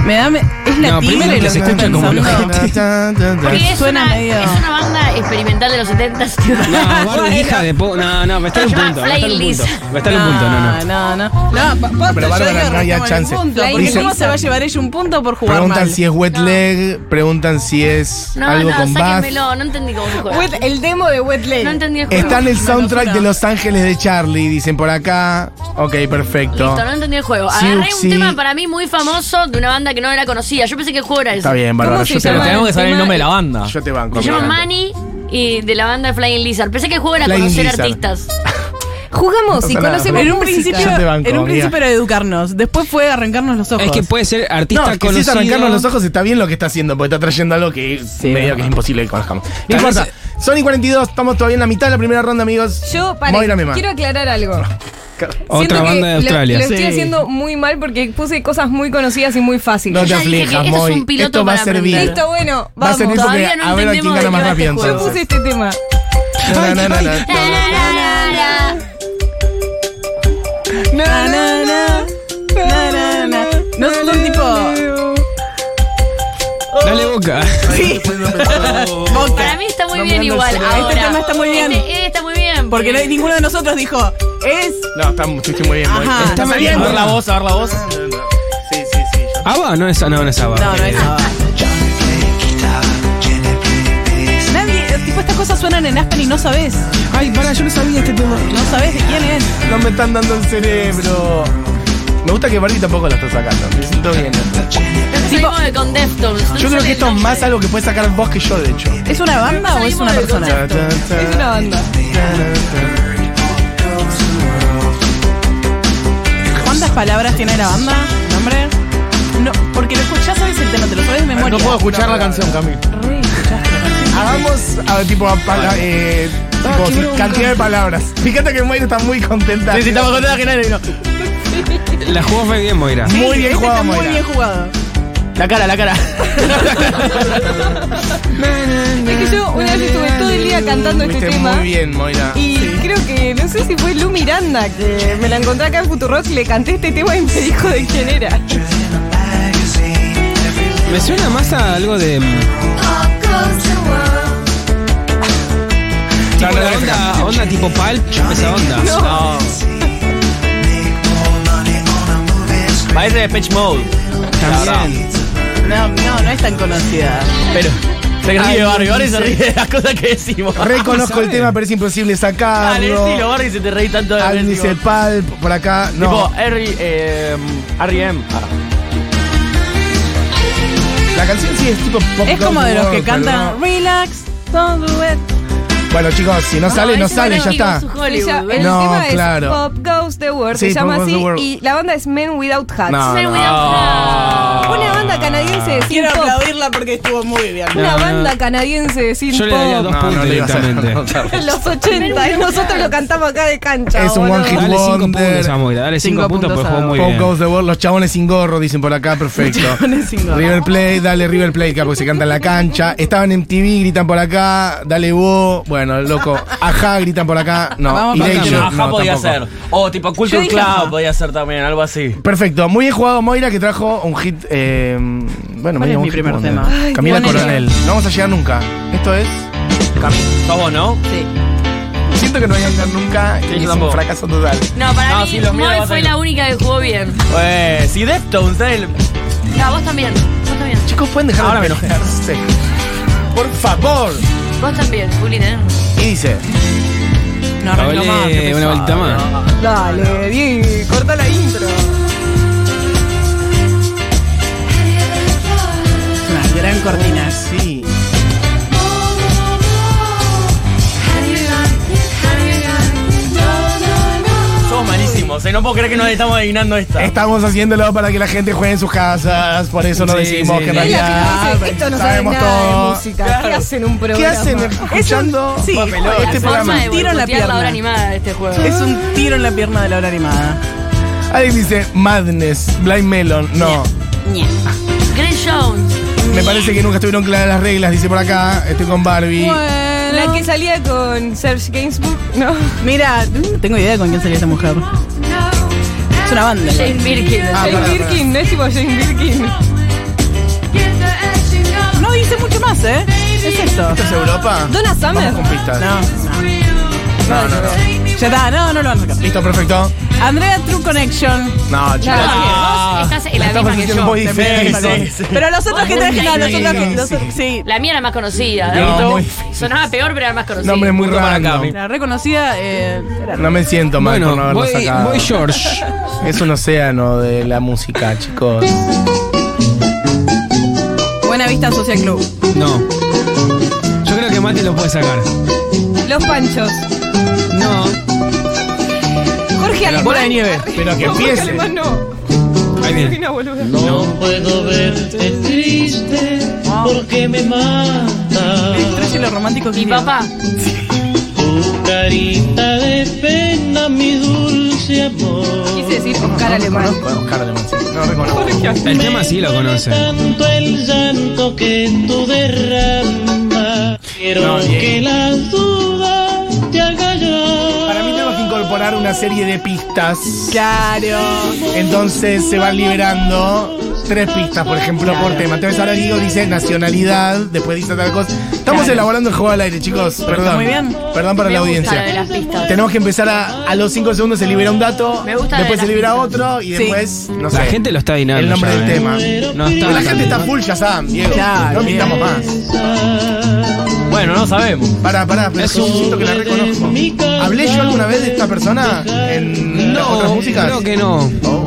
Speaker 6: Me da. me- Es la
Speaker 2: No, primero
Speaker 6: y
Speaker 2: que
Speaker 6: lo
Speaker 2: se
Speaker 6: que
Speaker 2: escucha como
Speaker 6: estoy
Speaker 2: los
Speaker 6: pensando.
Speaker 4: Porque es,
Speaker 6: Suena
Speaker 4: una,
Speaker 6: medio-
Speaker 4: es una banda experimental de los 70
Speaker 2: No, Barbie, hija de po No, no, va a estar en un punto. Va a estar en un punto. Va a estar en un punto, no, no.
Speaker 6: No, no. No, pa- posta,
Speaker 1: Pero
Speaker 6: yo
Speaker 1: Bárbara,
Speaker 6: digo,
Speaker 1: no había
Speaker 6: restamos el
Speaker 1: chance.
Speaker 6: punto, porque
Speaker 1: Dice-
Speaker 6: ¿Cómo se va a llevar ella un punto por jugar
Speaker 1: Preguntan
Speaker 6: mal?
Speaker 1: si es wet leg, preguntan si es
Speaker 4: No,
Speaker 1: algo
Speaker 4: no,
Speaker 1: con bass.
Speaker 4: sáquenmelo, no entendí cómo se juega.
Speaker 3: Wet- el demo de Wet Leg.
Speaker 4: no entendí el juego.
Speaker 1: Está en el soundtrack
Speaker 6: locura.
Speaker 1: de Los Ángeles de Charlie, dicen por acá. Ok, perfecto.
Speaker 4: Listo, no entendí el juego. Agarré
Speaker 1: Siuxi.
Speaker 4: un tema para mí muy famoso de una banda que no era conocida. Yo pensé que el juego era ese.
Speaker 1: Está bien, Bárbara,
Speaker 3: ¿Cómo se
Speaker 1: yo te,
Speaker 5: Pero
Speaker 3: llama?
Speaker 1: banco.
Speaker 5: tenemos que saber el
Speaker 3: encima-
Speaker 5: nombre de la banda.
Speaker 1: yo te banco.
Speaker 4: Se llama
Speaker 1: Bárbara.
Speaker 4: Manny y de la banda Flying Lizard. Pensé que el juego era
Speaker 1: Flying
Speaker 4: conocer
Speaker 1: Lizard.
Speaker 4: artistas.
Speaker 3: Jugamos y
Speaker 1: No, no,
Speaker 3: conocemos
Speaker 1: no.
Speaker 6: En un
Speaker 3: música.
Speaker 1: Yo
Speaker 6: principio,
Speaker 1: te banco,
Speaker 6: en un
Speaker 1: amiga.
Speaker 6: principio era educarnos, después fue arrancarnos los ojos.
Speaker 2: Es que puede ser
Speaker 1: No,
Speaker 2: artista
Speaker 1: es que si es
Speaker 2: conocido.
Speaker 1: arrancarnos los ojos está bien lo que está haciendo, porque está trayendo algo que medio que es imposible que conozcamos. No
Speaker 2: Tal
Speaker 1: importa.
Speaker 2: vez-
Speaker 1: Sony 42, estamos todavía en la mitad de la primera ronda, amigos.
Speaker 3: Yo, para,
Speaker 1: Moira Mema.
Speaker 3: quiero aclarar algo. Siento
Speaker 2: Otra
Speaker 3: que
Speaker 2: banda de
Speaker 3: lo-
Speaker 2: Australia.
Speaker 3: Lo, estoy
Speaker 1: Sí.
Speaker 3: haciendo muy mal porque puse cosas muy conocidas y muy fáciles.
Speaker 1: No te
Speaker 4: ya dije que
Speaker 1: aflijas,
Speaker 4: esto es
Speaker 1: Moy.
Speaker 4: un piloto
Speaker 1: Esto va a
Speaker 4: para
Speaker 1: servir.
Speaker 4: aprender.
Speaker 3: Listo, bueno,
Speaker 1: Va a
Speaker 3: vamos.
Speaker 1: servir porque
Speaker 4: Todavía no
Speaker 1: a ver a quién
Speaker 4: entendemos
Speaker 1: gana
Speaker 4: de
Speaker 1: más
Speaker 4: qué va
Speaker 1: rápido
Speaker 4: este
Speaker 3: Yo puse este
Speaker 1: entonces.
Speaker 3: tema.
Speaker 1: No, no, no, no,
Speaker 4: Na,
Speaker 1: no.
Speaker 4: na, na, na.
Speaker 6: Na, na, na, na, na, na. No son tipo.
Speaker 2: Dale boca.
Speaker 6: Sí.
Speaker 4: Para
Speaker 6: Boca.
Speaker 4: mí está muy bien igual.
Speaker 6: cerebro.
Speaker 4: Ahora.
Speaker 6: Este tema está muy bien.
Speaker 4: Este- este está muy bien.
Speaker 6: Porque no hay ninguno de nosotros dijo. Es.
Speaker 1: No, está estuviste muy bien, Moy.
Speaker 6: Ajá.
Speaker 1: Está
Speaker 2: Está
Speaker 1: muy bien.
Speaker 2: bien.
Speaker 1: Por la voz, a ver la voz. Sí, sí, sí.
Speaker 2: ¿Ava? No, esa no, no es Ava.
Speaker 6: No, no es nada. Nadie. eh, Tipo, estas cosas suenan en Aspen y no sabes.
Speaker 2: Ay, pará, yo no sabía este tema.
Speaker 6: No sabes de quién es.
Speaker 1: No me están dando el cerebro. Me gusta que Barbie tampoco la está sacando. Me siento bien.
Speaker 4: Nosotros salimos de con Deftones. No
Speaker 1: Yo creo
Speaker 4: sale
Speaker 1: que esto es
Speaker 4: el
Speaker 1: más
Speaker 4: nombre.
Speaker 1: algo que puedes sacar vos que yo, de hecho.
Speaker 6: ¿Es una banda o es una persona?
Speaker 3: Es una banda.
Speaker 6: ¿Cuántas palabras tiene la banda? ¿Nombre? No, porque lo escuchás, ya sabes el tema, te lo sabes de
Speaker 1: No
Speaker 6: memoria.
Speaker 1: puedo escuchar la canción, Camilo.
Speaker 6: Re escuchaste la canción.
Speaker 1: Hagamos a ver, tipo, a pala- eh, tipo, cantidad de palabras. Fíjate que Moira está muy contenta. Sí, estamos contentas que nadie
Speaker 2: La jugó fue bien, Moira.
Speaker 1: Muy bien
Speaker 6: Este
Speaker 1: jugado,
Speaker 6: está muy
Speaker 1: Moira.
Speaker 6: bien jugado.
Speaker 1: La cara, la cara.
Speaker 3: Es que yo una vez estuve todo el día cantando este
Speaker 1: Fuiste
Speaker 3: tema.
Speaker 1: muy bien, Moira.
Speaker 3: Y creo que, no sé si fue Lu Miranda, que me la encontré acá en Futurock, le canté este tema y me dijo de quién era.
Speaker 2: Me suena más a algo de. mm,
Speaker 1: No, no,
Speaker 2: tipo la
Speaker 1: no,
Speaker 2: onda, onda tipo Pulp, esa onda.
Speaker 5: No. Parece de Pitch Mode.
Speaker 2: También.
Speaker 6: No, no, no es tan conocida.
Speaker 5: Pero. Se ríe Barbie, ahora se ríe de las cosas que decimos.
Speaker 1: Reconozco el tema, pero es imposible
Speaker 5: Dale,
Speaker 1: sacarlo.
Speaker 5: decilo, Barbie, se te reí tanto de la
Speaker 1: Al
Speaker 5: vez,
Speaker 1: dice
Speaker 5: tipo.
Speaker 1: Palp, por acá. No, Ah,
Speaker 5: Tipo, R, eh, R.E.M.
Speaker 1: la canción sí es tipo pop.
Speaker 6: Es como de los que
Speaker 1: rock, pero
Speaker 6: cantan
Speaker 1: no.
Speaker 6: Relax, don't do it.
Speaker 1: Bueno, chicos, si no sale, no
Speaker 4: ese
Speaker 1: sale,
Speaker 4: era
Speaker 1: ya
Speaker 4: el
Speaker 1: está.
Speaker 4: King of
Speaker 3: Se
Speaker 4: Hollywood,
Speaker 3: llama-
Speaker 4: ¿eh?
Speaker 3: el
Speaker 1: No,
Speaker 3: tema
Speaker 1: claro.
Speaker 3: es Pop Goes the World,
Speaker 1: Sí,
Speaker 3: se llama
Speaker 1: Pop
Speaker 3: así,
Speaker 1: Goes the World.
Speaker 3: y la banda es Men Without Hats.
Speaker 1: No,
Speaker 4: Sale
Speaker 1: no.
Speaker 4: Without Flag.
Speaker 3: Una banda canadiense de
Speaker 6: Quiero
Speaker 3: synth pop.
Speaker 6: aplaudirla porque estuvo muy bien.
Speaker 3: Una
Speaker 2: No, no.
Speaker 3: banda canadiense de synth
Speaker 2: Yo le daría
Speaker 3: pop.
Speaker 2: dos
Speaker 1: No,
Speaker 2: puntos
Speaker 1: no le ibas a-
Speaker 2: directamente.
Speaker 3: En los 80 y nosotros lo cantamos acá de cancha.
Speaker 1: Es un
Speaker 3: boludo.
Speaker 1: one hit
Speaker 2: Dale cinco
Speaker 1: Wonder.
Speaker 2: puntos a Moira, dale cinco,
Speaker 6: Cinco
Speaker 2: puntos
Speaker 6: puntos
Speaker 2: porque
Speaker 6: a
Speaker 2: jugó muy
Speaker 1: Pop
Speaker 2: bien.
Speaker 1: Goes the World, los chabones sin gorro, dicen por acá, perfecto.
Speaker 6: chabones sin gorro.
Speaker 1: River Plate, dale River Plate, porque se canta en la cancha. Estaban en TV, gritan por acá, dale vos. Bueno, loco. Ajá, gritan por acá. No,
Speaker 6: Vamos por
Speaker 1: Erasure,
Speaker 6: acá.
Speaker 5: Ajá
Speaker 1: no,
Speaker 5: podía
Speaker 1: tampoco.
Speaker 5: ser. O tipo Culture
Speaker 6: dije ajá.
Speaker 5: Club podía ser también, algo así.
Speaker 1: Perfecto, muy bien jugado Moira que trajo un hit. eh, bueno,
Speaker 6: ¿Cuál
Speaker 1: medio
Speaker 6: es
Speaker 1: un
Speaker 6: mi
Speaker 1: hit
Speaker 6: primer
Speaker 1: wonder.
Speaker 6: tema? Ay,
Speaker 1: Camila
Speaker 6: ponele.
Speaker 1: Coronel. No vamos a llegar nunca. Esto es.
Speaker 5: ¿Sos vos, no?
Speaker 6: Sí.
Speaker 1: Siento que no voy a llegar nunca
Speaker 5: Sí, yo
Speaker 1: y es un
Speaker 5: tampoco.
Speaker 1: fracaso total.
Speaker 4: No, para
Speaker 5: No,
Speaker 4: mí,
Speaker 5: Ah, sí, los míos
Speaker 4: Moy
Speaker 5: vas a
Speaker 4: fue
Speaker 5: ir.
Speaker 4: la única que jugó bien.
Speaker 5: Eh, si Deftones, el.
Speaker 4: No, vos también. Vos también.
Speaker 1: Chicos, pueden dejar
Speaker 5: Ahora
Speaker 1: de
Speaker 5: me enojé.
Speaker 1: pelearse? Por favor.
Speaker 4: Vos también, Juli, tenés razón.
Speaker 1: Y dice.
Speaker 6: No arregló más. qué
Speaker 2: Dale una
Speaker 6: pesado.
Speaker 2: vuelta más.
Speaker 3: Dale, Diego, corta la intro.
Speaker 6: Es Una gran cortina.
Speaker 1: Sí.
Speaker 5: Sos malísimo. hicimos, ¿eh? No puedo creer que no estamos adivinando esta.
Speaker 1: Estamos haciéndolo para que la gente juegue en sus casas, por eso no
Speaker 5: Sí,
Speaker 1: decimos
Speaker 5: sí,
Speaker 1: que en
Speaker 5: sí.
Speaker 3: Es la
Speaker 1: realidad
Speaker 3: gente que dice, Esto no sabe
Speaker 1: sabemos
Speaker 3: nada
Speaker 1: todo.
Speaker 3: de música. ¿Qué hacen un programa?
Speaker 1: ¿Qué hacen escuchando
Speaker 6: sí,
Speaker 1: Papelón,
Speaker 6: la
Speaker 1: este
Speaker 6: forma
Speaker 1: programa?
Speaker 6: de- Tiro en la
Speaker 4: boicotear
Speaker 6: pierna.
Speaker 4: hora animada de este juego.
Speaker 6: Es un tiro en la pierna de la hora animada.
Speaker 1: Alguien dice Madness, Blind Melon. No,
Speaker 4: Grey Jones.
Speaker 1: me parece que nunca estuvieron claras las reglas, dice por acá. Estoy con Barbie.
Speaker 6: Bueno,
Speaker 3: La que salía con Serge Gainsbourg, ¿no?
Speaker 6: mira, no tengo idea con quién salió esa mujer. Es una banda.
Speaker 4: Jane Birkin.
Speaker 1: Ah,
Speaker 3: Jane
Speaker 1: pará, pará.
Speaker 3: Birkin, no es tipo Jane Birkin.
Speaker 6: No dice mucho más, ¿eh? Es esto.
Speaker 1: ¿Esto es Europa?
Speaker 3: Donna Summer.
Speaker 1: Vamos con pistas.
Speaker 6: No, no.
Speaker 1: No, no, no.
Speaker 6: Ya está, no, no lo van a sacar.
Speaker 1: Listo, perfecto.
Speaker 6: Andrea True Connection.
Speaker 1: No,
Speaker 4: No,
Speaker 1: chicos.
Speaker 5: Ah.
Speaker 4: vos estás en la
Speaker 1: Estamos
Speaker 4: misma que
Speaker 1: haciendo
Speaker 4: yo.
Speaker 1: muy
Speaker 6: También
Speaker 1: difícil.
Speaker 6: la sacaron. Pero los otros que traje, no, los otros que. los otros- sí.
Speaker 4: La mía era más conocida.
Speaker 1: No,
Speaker 4: ¿eh?
Speaker 1: muy
Speaker 4: Sonaba peor, pero era más conocida.
Speaker 1: Nombre muy
Speaker 5: Punto para
Speaker 1: raro.
Speaker 5: Cami.
Speaker 6: La reconocida, eh. era-
Speaker 1: No me siento mal por no
Speaker 2: Bueno,
Speaker 1: haberlo
Speaker 2: voy,
Speaker 1: sacado.
Speaker 2: voy George.
Speaker 1: Es un océano de la música, chicos.
Speaker 6: Buena Vista Social Club.
Speaker 2: No. Yo creo que Mati lo puede sacar.
Speaker 3: Los Panchos.
Speaker 2: No.
Speaker 3: Jorge Alemán.
Speaker 2: bola de nieve.
Speaker 1: Pero que
Speaker 3: No, Jorge
Speaker 1: empiece.
Speaker 3: Alemán no.
Speaker 2: Ahí
Speaker 3: Soy
Speaker 2: viene.
Speaker 3: una boluda.
Speaker 8: No puedo verte triste porque me mata
Speaker 6: Traje lo romántico que
Speaker 4: Mi
Speaker 6: tiene.
Speaker 4: papá.
Speaker 8: tu carita de pena, mi dulce
Speaker 3: Quise
Speaker 8: amor.
Speaker 3: decir Oscar Alemán.
Speaker 1: No reconozco.
Speaker 3: Jorge Alemán.
Speaker 2: El tema sí lo conoce.
Speaker 8: Tanto el llanto que tú derramas. Quiero
Speaker 1: No, Diego.
Speaker 8: que las dudas te hagan llorar.
Speaker 1: Para mí tenemos que incorporar una serie de pistas.
Speaker 6: Claro.
Speaker 1: Entonces se van liberando tres pistas, por ejemplo, por tema. Entonces ahora Diego dice nacionalidad, después dice tal cosa. Estamos elaborando el juego al aire, chicos. Perdón.
Speaker 6: muy bien.
Speaker 1: Perdón para
Speaker 4: Me
Speaker 1: la
Speaker 4: gusta lo de
Speaker 1: audiencia.
Speaker 4: las pistas.
Speaker 1: Tenemos que empezar a, a los cinco segundos se libera un dato,
Speaker 4: Me gusta lo de
Speaker 1: después se
Speaker 4: las
Speaker 1: libera
Speaker 4: pistas.
Speaker 1: otro y
Speaker 6: Sí.
Speaker 1: después, no sé.
Speaker 2: La gente lo está adivinando.
Speaker 1: el nombre
Speaker 2: ya,
Speaker 1: del
Speaker 2: ¿eh?
Speaker 1: tema.
Speaker 2: No está.
Speaker 1: la gente está full ya saben, Diego.
Speaker 6: Claro,
Speaker 1: no pintamos
Speaker 6: bien.
Speaker 1: más.
Speaker 5: Bueno, no sabemos.
Speaker 1: Pará, pará, pero
Speaker 2: Es
Speaker 1: yo
Speaker 2: un-
Speaker 1: siento que la reconozco. ¿Hablé yo alguna vez de esta persona en
Speaker 2: No,
Speaker 1: otras músicas?
Speaker 2: creo que no.
Speaker 1: Oh.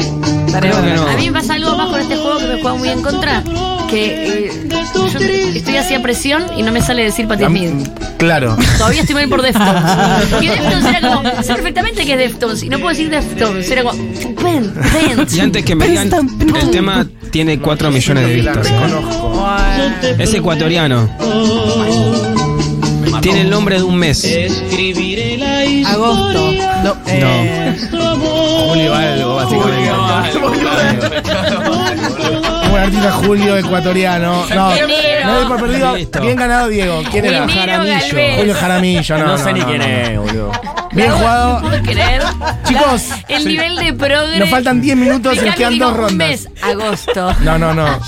Speaker 2: Creo que
Speaker 4: A mí
Speaker 2: no.
Speaker 4: me pasa algo más con este juego que me juega muy en contra. Que eh, yo estoy hacia presión y no me sale decir Patti
Speaker 1: Am-
Speaker 4: Smith.
Speaker 1: Claro.
Speaker 4: Todavía estoy mal por Deftones. Y Deftones era como, sé perfectamente que es Deftones. Y no puedo decir Deftones. Era como, pen, pen.
Speaker 2: Y antes que me digan, el tema tiene 4 millones de
Speaker 1: La
Speaker 2: vistas. ¿eh?
Speaker 1: reconozco.
Speaker 2: Es ecuatoriano. Tiene el nombre de un mes.
Speaker 8: Escribiré la
Speaker 6: Agosto.
Speaker 8: historia.
Speaker 6: No. eh,
Speaker 8: tu amor.
Speaker 1: Julio Algo, básicamente. Un artista Julio ecuatoriano. No,
Speaker 4: Enero.
Speaker 1: no doy por perdido.
Speaker 2: Listo.
Speaker 1: Bien ganado Diego. ¿Quién era?
Speaker 4: Enero Galvez.
Speaker 1: Julio Jaramillo. No,
Speaker 5: No sé ni quién
Speaker 1: no.
Speaker 5: es, boludo.
Speaker 1: Bien
Speaker 4: No
Speaker 1: jugado.
Speaker 4: puedo creer.
Speaker 1: Chicos,
Speaker 4: El
Speaker 1: sí.
Speaker 4: nivel de progreso.
Speaker 1: nos faltan 10 minutos y nos quedan dos
Speaker 4: Un
Speaker 1: rondas.
Speaker 4: mes, agosto.
Speaker 1: No, no, no. Ah,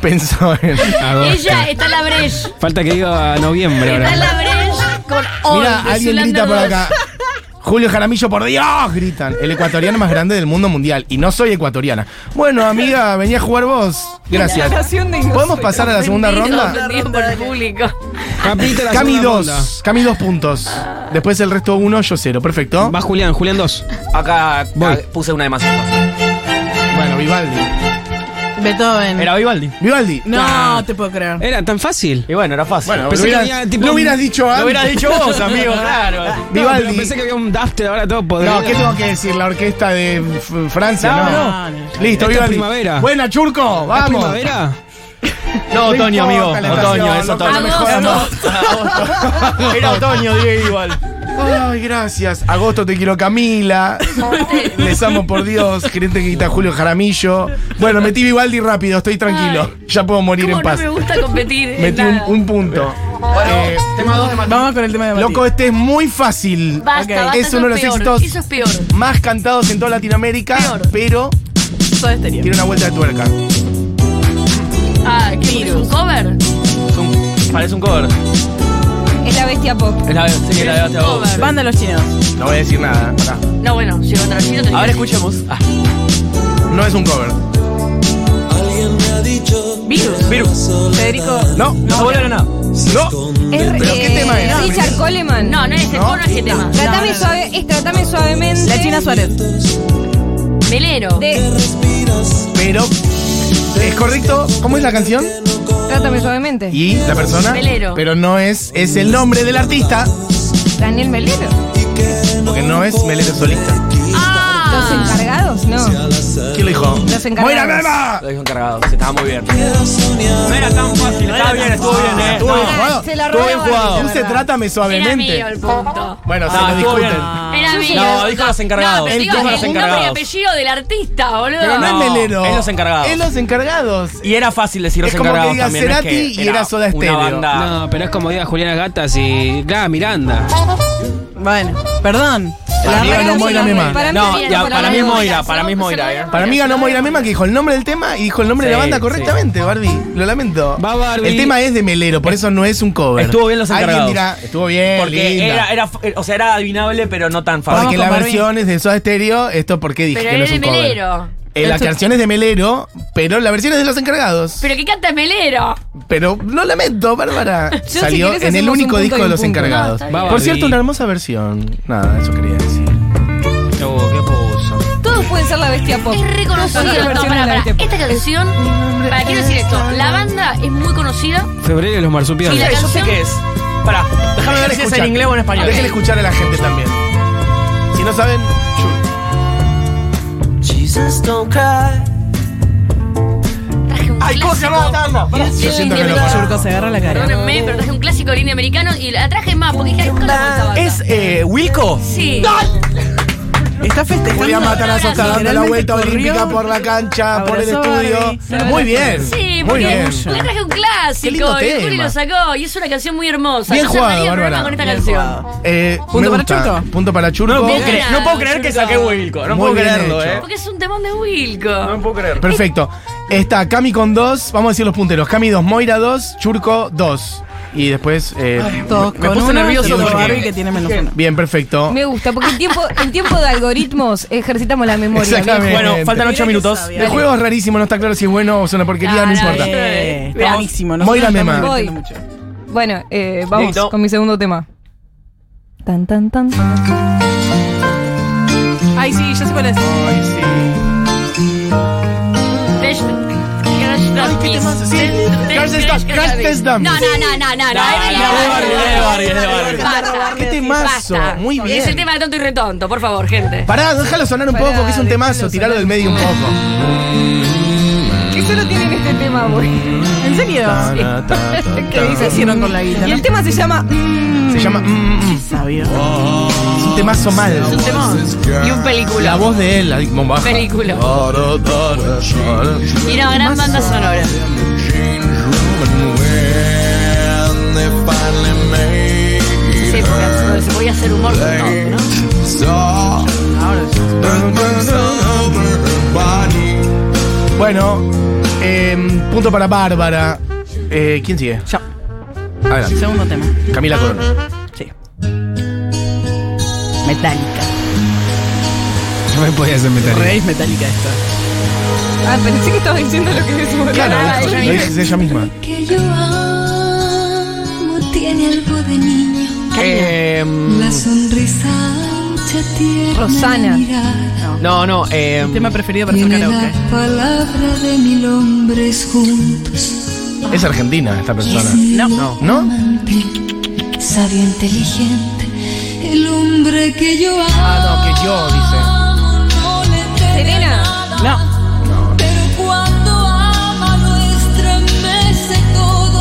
Speaker 1: Pensó en.
Speaker 2: Agosto.
Speaker 4: Ella está en la brecha.
Speaker 2: Falta que diga noviembre
Speaker 4: Está en
Speaker 2: ahora.
Speaker 4: la brecha con hoy.
Speaker 1: Mira, alguien grita por acá. Julio Jaramillo, por Dios, gritan. El ecuatoriano más grande del mundo mundial. Y no soy ecuatoriana. Bueno, amiga, venía a jugar vos. Gracias.
Speaker 3: Nación de
Speaker 1: ¿Podemos
Speaker 3: inocentes.
Speaker 1: pasar a la segunda ronda?
Speaker 4: Ofendido por el público.
Speaker 2: Capita la
Speaker 1: Cami
Speaker 2: segunda ronda.
Speaker 1: 2. Cami 2 puntos. Después el resto 1, yo 0. Perfecto.
Speaker 2: Va Julián, Julián 2.
Speaker 5: Acá, acá
Speaker 2: Voy.
Speaker 5: puse una de más.
Speaker 1: Bueno, Vivaldi.
Speaker 6: Beethoven.
Speaker 5: Era Vivaldi.
Speaker 1: Vivaldi.
Speaker 6: No te puedo creer.
Speaker 2: Era tan fácil.
Speaker 5: Y bueno, Ah, era fácil.
Speaker 1: Bueno,
Speaker 2: Pensé
Speaker 1: lo
Speaker 2: que
Speaker 1: hubieras,
Speaker 2: había, tipo,
Speaker 1: lo hubieras dicho antes.
Speaker 5: lo hubieras dicho vos, amigo, claro.
Speaker 2: No,
Speaker 1: Vivaldi.
Speaker 2: pero pensé que había un dafter ahora todo podrido.
Speaker 1: No, ¿qué tengo que decir? La orquesta de F- Francia,
Speaker 5: No,
Speaker 1: no.
Speaker 6: no.
Speaker 1: Listo,
Speaker 2: Esta es
Speaker 1: Vivaldi.
Speaker 2: primavera.
Speaker 1: Buena, Churco.
Speaker 2: ¿Es
Speaker 1: Vamos.
Speaker 2: primavera?
Speaker 5: No,
Speaker 1: No
Speaker 5: otoño,
Speaker 1: importa
Speaker 5: amigo.
Speaker 1: la
Speaker 5: Otoño,
Speaker 1: estación,
Speaker 5: es
Speaker 1: loco,
Speaker 5: otoño.
Speaker 1: me jodas,
Speaker 5: Agosto. Era otoño, Diego, igual.
Speaker 1: Ay, gracias. Agosto te quiero Camila. Les amo por Dios. Gerente que grita Julio Jaramillo. Bueno, metí Vivaldi rápido, estoy tranquilo. Ya puedo morir
Speaker 4: ¿Cómo
Speaker 1: en paz.
Speaker 4: no me gusta competir? en
Speaker 1: Metí un,
Speaker 4: nada?
Speaker 1: un punto. Eh,
Speaker 6: Vamos con el tema de Mati.
Speaker 1: loco, este es muy fácil.
Speaker 4: Basta,
Speaker 6: Ok.
Speaker 4: basta,
Speaker 1: Es
Speaker 4: eso
Speaker 1: uno de los
Speaker 4: peor,
Speaker 1: éxitos.
Speaker 4: Eso es peor.
Speaker 1: Más cantados en toda Latinoamérica,
Speaker 4: Peor.
Speaker 1: pero
Speaker 6: Soda Stereo.
Speaker 1: tiene una vuelta de tuerca.
Speaker 4: Ah, ¿qué es un cover?
Speaker 5: Es un- Parece un cover.
Speaker 3: Es la bestia pop.
Speaker 5: Es la, sí, es la de Bastián Bob.
Speaker 4: Cover.
Speaker 6: Banda Los Chinos.
Speaker 1: No voy a decir nada. pará.
Speaker 4: No, bueno, si contra los chinos
Speaker 5: Ahora escuchemos. Ah,
Speaker 1: No es un cover.
Speaker 4: Virus.
Speaker 5: Virus.
Speaker 6: Federico.
Speaker 1: No,
Speaker 5: No se vuelve a nada.
Speaker 1: no.
Speaker 3: Es, eh,
Speaker 1: ¿Pero qué tema es?
Speaker 3: Richard Coleman.
Speaker 4: No, no es ese,
Speaker 1: No.
Speaker 4: no, no es ese tema.
Speaker 3: Tratame
Speaker 6: No, no, no.
Speaker 3: suave, es tratame suavemente.
Speaker 6: La China Suárez.
Speaker 4: Velero.
Speaker 3: De
Speaker 1: Pero es correcto. ¿Cómo es la canción?
Speaker 3: Trátame suavemente.
Speaker 1: Y la persona.
Speaker 4: Velero.
Speaker 1: Pero no es. Es el nombre del artista.
Speaker 3: Daniel Melero.
Speaker 1: Porque no es Melero solista.
Speaker 4: Ah,
Speaker 3: ¿Los encargados? No.
Speaker 1: ¿Quién lo dijo?
Speaker 3: Los
Speaker 1: ¡Moira
Speaker 3: encargados.
Speaker 1: Mema!
Speaker 5: Lo dijo encargado, se estaba muy bien. No era tan fácil, estaba bien, estuvo bien, eh.
Speaker 1: Estuvo bien
Speaker 3: Ah,
Speaker 1: jugado.
Speaker 3: se la
Speaker 1: Estuvo bien
Speaker 3: robaron,
Speaker 1: jugado.
Speaker 3: la
Speaker 1: Tú se
Speaker 3: verdad.
Speaker 1: trátame
Speaker 4: Era mío
Speaker 1: suavemente.
Speaker 4: el punto.
Speaker 1: Bueno, se
Speaker 5: No,
Speaker 1: lo
Speaker 5: Ah, estuvo
Speaker 1: discuten.
Speaker 5: bien.
Speaker 4: Era mío.
Speaker 5: No,
Speaker 4: el
Speaker 5: dijo
Speaker 4: punto.
Speaker 5: los encargados.
Speaker 4: No, pero
Speaker 1: Él
Speaker 4: digo,
Speaker 1: dijo los
Speaker 4: el nombre y
Speaker 5: encargados.
Speaker 4: apellido del artista, boludo.
Speaker 1: Pero no,
Speaker 5: No,
Speaker 1: es melero.
Speaker 5: es los encargados.
Speaker 1: Es los encargados.
Speaker 5: Y era fácil decir los
Speaker 1: Es como que
Speaker 5: encargados
Speaker 1: diga
Speaker 5: también. no es que
Speaker 1: Cerati y era Soda
Speaker 5: una
Speaker 1: Stereo.
Speaker 5: banda-
Speaker 2: No, pero es como diga Juliana Gatas y. Claro, Miranda.
Speaker 6: Bueno, perdón.
Speaker 1: Para mí
Speaker 3: regla
Speaker 1: ganó
Speaker 3: es
Speaker 1: Moira
Speaker 3: la
Speaker 1: Mema.
Speaker 3: regla. Para mí
Speaker 5: No,
Speaker 3: bien,
Speaker 5: ya,
Speaker 3: por la
Speaker 5: para mí es
Speaker 3: regla.
Speaker 5: Moira, para mí es Moira. eh.
Speaker 1: Para mí ganó Moira Mema que dijo el nombre del tema y dijo el nombre de la
Speaker 5: Sí,
Speaker 1: banda correctamente, Barbie. Lo lamento.
Speaker 2: Va, Barbie.
Speaker 1: El tema es de Melero, por eso no es un cover.
Speaker 5: Estuvo bien los encargados.
Speaker 1: Alguien dirá, estuvo bien,
Speaker 5: Porque
Speaker 1: linda.
Speaker 5: era, era, o sea, era adivinable, pero no tan fácil.
Speaker 1: Porque
Speaker 6: Vamos
Speaker 1: la
Speaker 6: con Barbie.
Speaker 1: versión es de Soda Stereo, esto porque dije
Speaker 4: Pero
Speaker 1: que no es
Speaker 4: era
Speaker 1: un
Speaker 4: de
Speaker 1: cover.
Speaker 4: Melero.
Speaker 1: Eh, la canción es de Melero, pero la versión es de los encargados.
Speaker 4: Pero que canta es Melero.
Speaker 1: Pero lo lamento, Bárbara.
Speaker 3: si
Speaker 1: Salió
Speaker 3: querés
Speaker 1: en el
Speaker 3: hacemos un
Speaker 1: único
Speaker 3: punto
Speaker 1: disco
Speaker 3: y
Speaker 1: de
Speaker 3: un
Speaker 1: los
Speaker 3: punto.
Speaker 1: encargados.
Speaker 4: No,
Speaker 2: está bien.
Speaker 1: Por cierto, una hermosa versión. Nada, eso quería decir.
Speaker 2: qué puso.
Speaker 3: Todos pueden ser la bestia pop.
Speaker 4: Es reconocida.
Speaker 3: Todas las
Speaker 4: No,
Speaker 3: versiones
Speaker 4: pará,
Speaker 3: de la
Speaker 4: pará.
Speaker 3: bestia pop.
Speaker 4: Esta canción. Para, quiero decir esto. La banda es muy conocida.
Speaker 2: Febrero y los marsupiales.
Speaker 4: Y la
Speaker 5: Yo sé
Speaker 4: canción-
Speaker 5: qué es. Pará, déjame ver si es en inglés o en español.
Speaker 1: Déjenle escuchar a la gente también. Si no saben, yo-
Speaker 4: Traje un
Speaker 5: Ay, ¿cómo se llamaba la tanda? Pará.
Speaker 1: yo siento que lo paso.
Speaker 6: Surco se agarra la cara.
Speaker 4: Perdónenme, pero traje un clásico del indie americano y la traje más porque dije, ¿cómo la contaba?
Speaker 5: ¿Es eh, Wilco?
Speaker 4: Sí.
Speaker 6: Está festejando.
Speaker 1: Julián Matarazo está dando la
Speaker 6: Literalmente
Speaker 1: vuelta
Speaker 6: corrió.
Speaker 1: olímpica por la cancha, por el
Speaker 6: Abrazó a
Speaker 1: estudio.
Speaker 6: Barbie, se abrazó.
Speaker 1: Muy bien.
Speaker 4: Sí,
Speaker 1: muy
Speaker 4: porque
Speaker 1: bien.
Speaker 4: porque traje un
Speaker 1: Qué
Speaker 4: clásico y
Speaker 1: lindo
Speaker 4: el Juli
Speaker 1: tema.
Speaker 4: lo sacó y es una canción muy hermosa.
Speaker 1: Bien
Speaker 4: Yo
Speaker 1: jugado,
Speaker 4: cerraría el programa
Speaker 1: Bárbara.
Speaker 4: con esta
Speaker 1: Bien
Speaker 4: canción.
Speaker 1: Eh,
Speaker 6: Punto
Speaker 1: me
Speaker 6: para
Speaker 1: gusta.
Speaker 6: Churco.
Speaker 1: Punto para Churco.
Speaker 5: No puedo,
Speaker 4: Bien.
Speaker 5: creer, no puedo creer que saqué Wilco. No
Speaker 1: Muy
Speaker 5: puedo
Speaker 1: bien
Speaker 5: creerlo,
Speaker 1: hecho.
Speaker 5: eh.
Speaker 4: Porque es un temón de Wilco.
Speaker 5: No puedo creer.
Speaker 1: Perfecto. Está Cami con 2, vamos a decir los punteros. Cami 2, Moira 2, Churco 2. Y después... eh,
Speaker 6: Todos
Speaker 5: Me
Speaker 6: con
Speaker 5: puse
Speaker 6: uno,
Speaker 5: nervioso
Speaker 6: excepto
Speaker 5: porque-
Speaker 6: Barbie que tiene menos uno.
Speaker 1: bien, perfecto.
Speaker 3: Me gusta, porque en tiempo, en tiempo de algoritmos ejercitamos la memoria.
Speaker 1: Exactamente.
Speaker 3: viejo.
Speaker 5: Bueno, faltan ocho minutos.
Speaker 6: sabía.
Speaker 1: El juego es rarísimo, no está claro si es bueno o es una porquería,
Speaker 4: Ah,
Speaker 1: no
Speaker 4: no,
Speaker 1: importa.
Speaker 4: eh.
Speaker 6: Eh, está
Speaker 4: Veamos.
Speaker 6: buenísimo.
Speaker 1: Moira
Speaker 6: Nosotros
Speaker 1: Mema.
Speaker 6: estamos divirtiendo
Speaker 3: Voy.
Speaker 6: mucho.
Speaker 3: Bueno, eh, vamos
Speaker 5: Listo.
Speaker 3: con mi segundo tema. Tan, tan, tan.
Speaker 6: Ay, sí, ya sé cuál es.
Speaker 1: Ay, sí.
Speaker 4: Crash- Crash Test Kiss.
Speaker 1: Sí, Crash Test Dump, Crash Test Dump.
Speaker 4: No, no, no, no, no. no,
Speaker 5: Ah,
Speaker 4: era
Speaker 5: la de Barbie, la de Barbie, la de Barbie.
Speaker 4: Basta.
Speaker 1: Qué temazo,
Speaker 4: Basta.
Speaker 1: muy bien.
Speaker 4: Es el tema de tonto y retonto, por favor, gente.
Speaker 1: Pará, déjalo sonar un
Speaker 3: Pará,
Speaker 1: poco, que es un
Speaker 3: déjalo
Speaker 1: temazo, tiralo del medio un poco.
Speaker 3: ¿Qué solo tienen este tema, güey?
Speaker 6: ¿En serio?
Speaker 3: ¿Qué
Speaker 6: ¿Qué
Speaker 3: dice?
Speaker 6: hicieron con la
Speaker 3: Y
Speaker 6: guitarra?
Speaker 3: el tema se llama mm,
Speaker 1: Se llama... mm, mm, mm.
Speaker 6: Sabio.
Speaker 1: es un temazo mal.
Speaker 4: Y un película.
Speaker 1: La voz de él, ahí, como baja.
Speaker 4: Película. Y una gran banda sonora. Sí, porque se podía hacer humor con todo, ¿no?
Speaker 1: Bueno, em, punto para Bárbara. Eh, ¿Quién sigue?
Speaker 6: Ya.
Speaker 1: Adelante.
Speaker 6: Segundo tema.
Speaker 1: Camila Corona.
Speaker 6: Sí. Metálica.
Speaker 2: No me podía hacer metal.
Speaker 6: Re es metálica esto.
Speaker 3: Ah, pensé que estabas diciendo lo que decimos.
Speaker 1: Claro,
Speaker 3: Ay,
Speaker 1: lo dice ella misma.
Speaker 9: que yo amo tiene algo de niño.
Speaker 5: Em,
Speaker 9: La sonrisa ancha tierna
Speaker 3: Rosana.
Speaker 9: mirada,
Speaker 5: no, no, eh.
Speaker 1: em,
Speaker 6: Tema preferido para hacer
Speaker 9: tiene la
Speaker 6: karaoke.
Speaker 9: palabra de mil hombres juntos.
Speaker 1: Es argentina esta persona.
Speaker 9: No.
Speaker 1: ¿No?
Speaker 9: Amante, sabio, inteligente, el hombre que yo amo.
Speaker 1: Ah, no, que yo, dice.
Speaker 9: no le teme
Speaker 3: Serena.
Speaker 9: nada, Pero cuando ama lo estremece todo.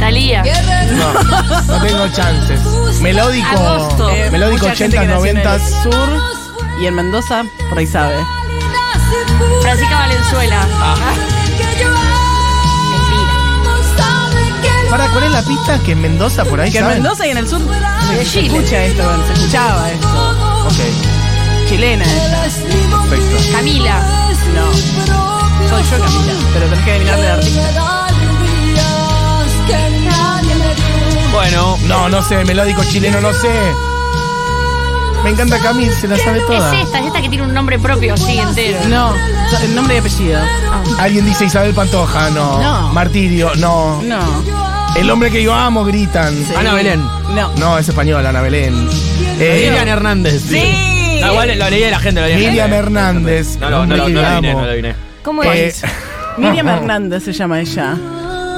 Speaker 4: Talía.
Speaker 9: Guerrero
Speaker 1: No, no tengo chances. Melódico.
Speaker 4: Agosto.
Speaker 6: Eh,
Speaker 1: melódico
Speaker 6: mucha gente
Speaker 1: 80s,
Speaker 6: que nació en el
Speaker 1: 90s.
Speaker 6: sur y en Mendoza, por ahí sabe.
Speaker 9: nace pura.
Speaker 4: Francisca Valenzuela.
Speaker 9: que yo amo, sabe que
Speaker 1: Para, ¿cuál es la pista? Que en Mendoza por ahí
Speaker 6: Que en
Speaker 1: saben.
Speaker 6: Mendoza y en el sur
Speaker 4: De
Speaker 6: se
Speaker 4: Chile.
Speaker 6: escucha esto, bueno, se escuchaba esto.
Speaker 1: Ok,
Speaker 6: Chilena ella.
Speaker 1: perfecto.
Speaker 4: Camila.
Speaker 6: No, soy yo Camila, pero tenés que adivinar de artista.
Speaker 5: Bueno,
Speaker 1: No, no sé, melódico chileno, no sé. Me encanta Camil, se la sabe toda.
Speaker 4: Es esta, es esta que tiene un nombre propio, así entero.
Speaker 6: No, so- el nombre y apellido.
Speaker 1: Alguien dice Isabel Pantoja, no.
Speaker 6: No.
Speaker 1: Martirio, no.
Speaker 6: No.
Speaker 1: El hombre que yo amo, gritan.
Speaker 5: Ana Belén.
Speaker 6: No.
Speaker 1: No, es española, Ana Belén. Eh,
Speaker 5: Miriam Hernández.
Speaker 6: Sí.
Speaker 5: No, igual lo leí de la gente, lo leí de la
Speaker 1: Miriam
Speaker 5: gente.
Speaker 1: Hernández.
Speaker 5: No, no, no,
Speaker 1: el
Speaker 5: no,
Speaker 1: hombre
Speaker 5: no,
Speaker 1: que
Speaker 5: lo
Speaker 1: yo
Speaker 5: adiviné,
Speaker 1: amo.
Speaker 5: no lo adiviné.
Speaker 3: ¿Cómo
Speaker 1: Eh,
Speaker 3: es?
Speaker 6: Miriam Hernández se llama ella.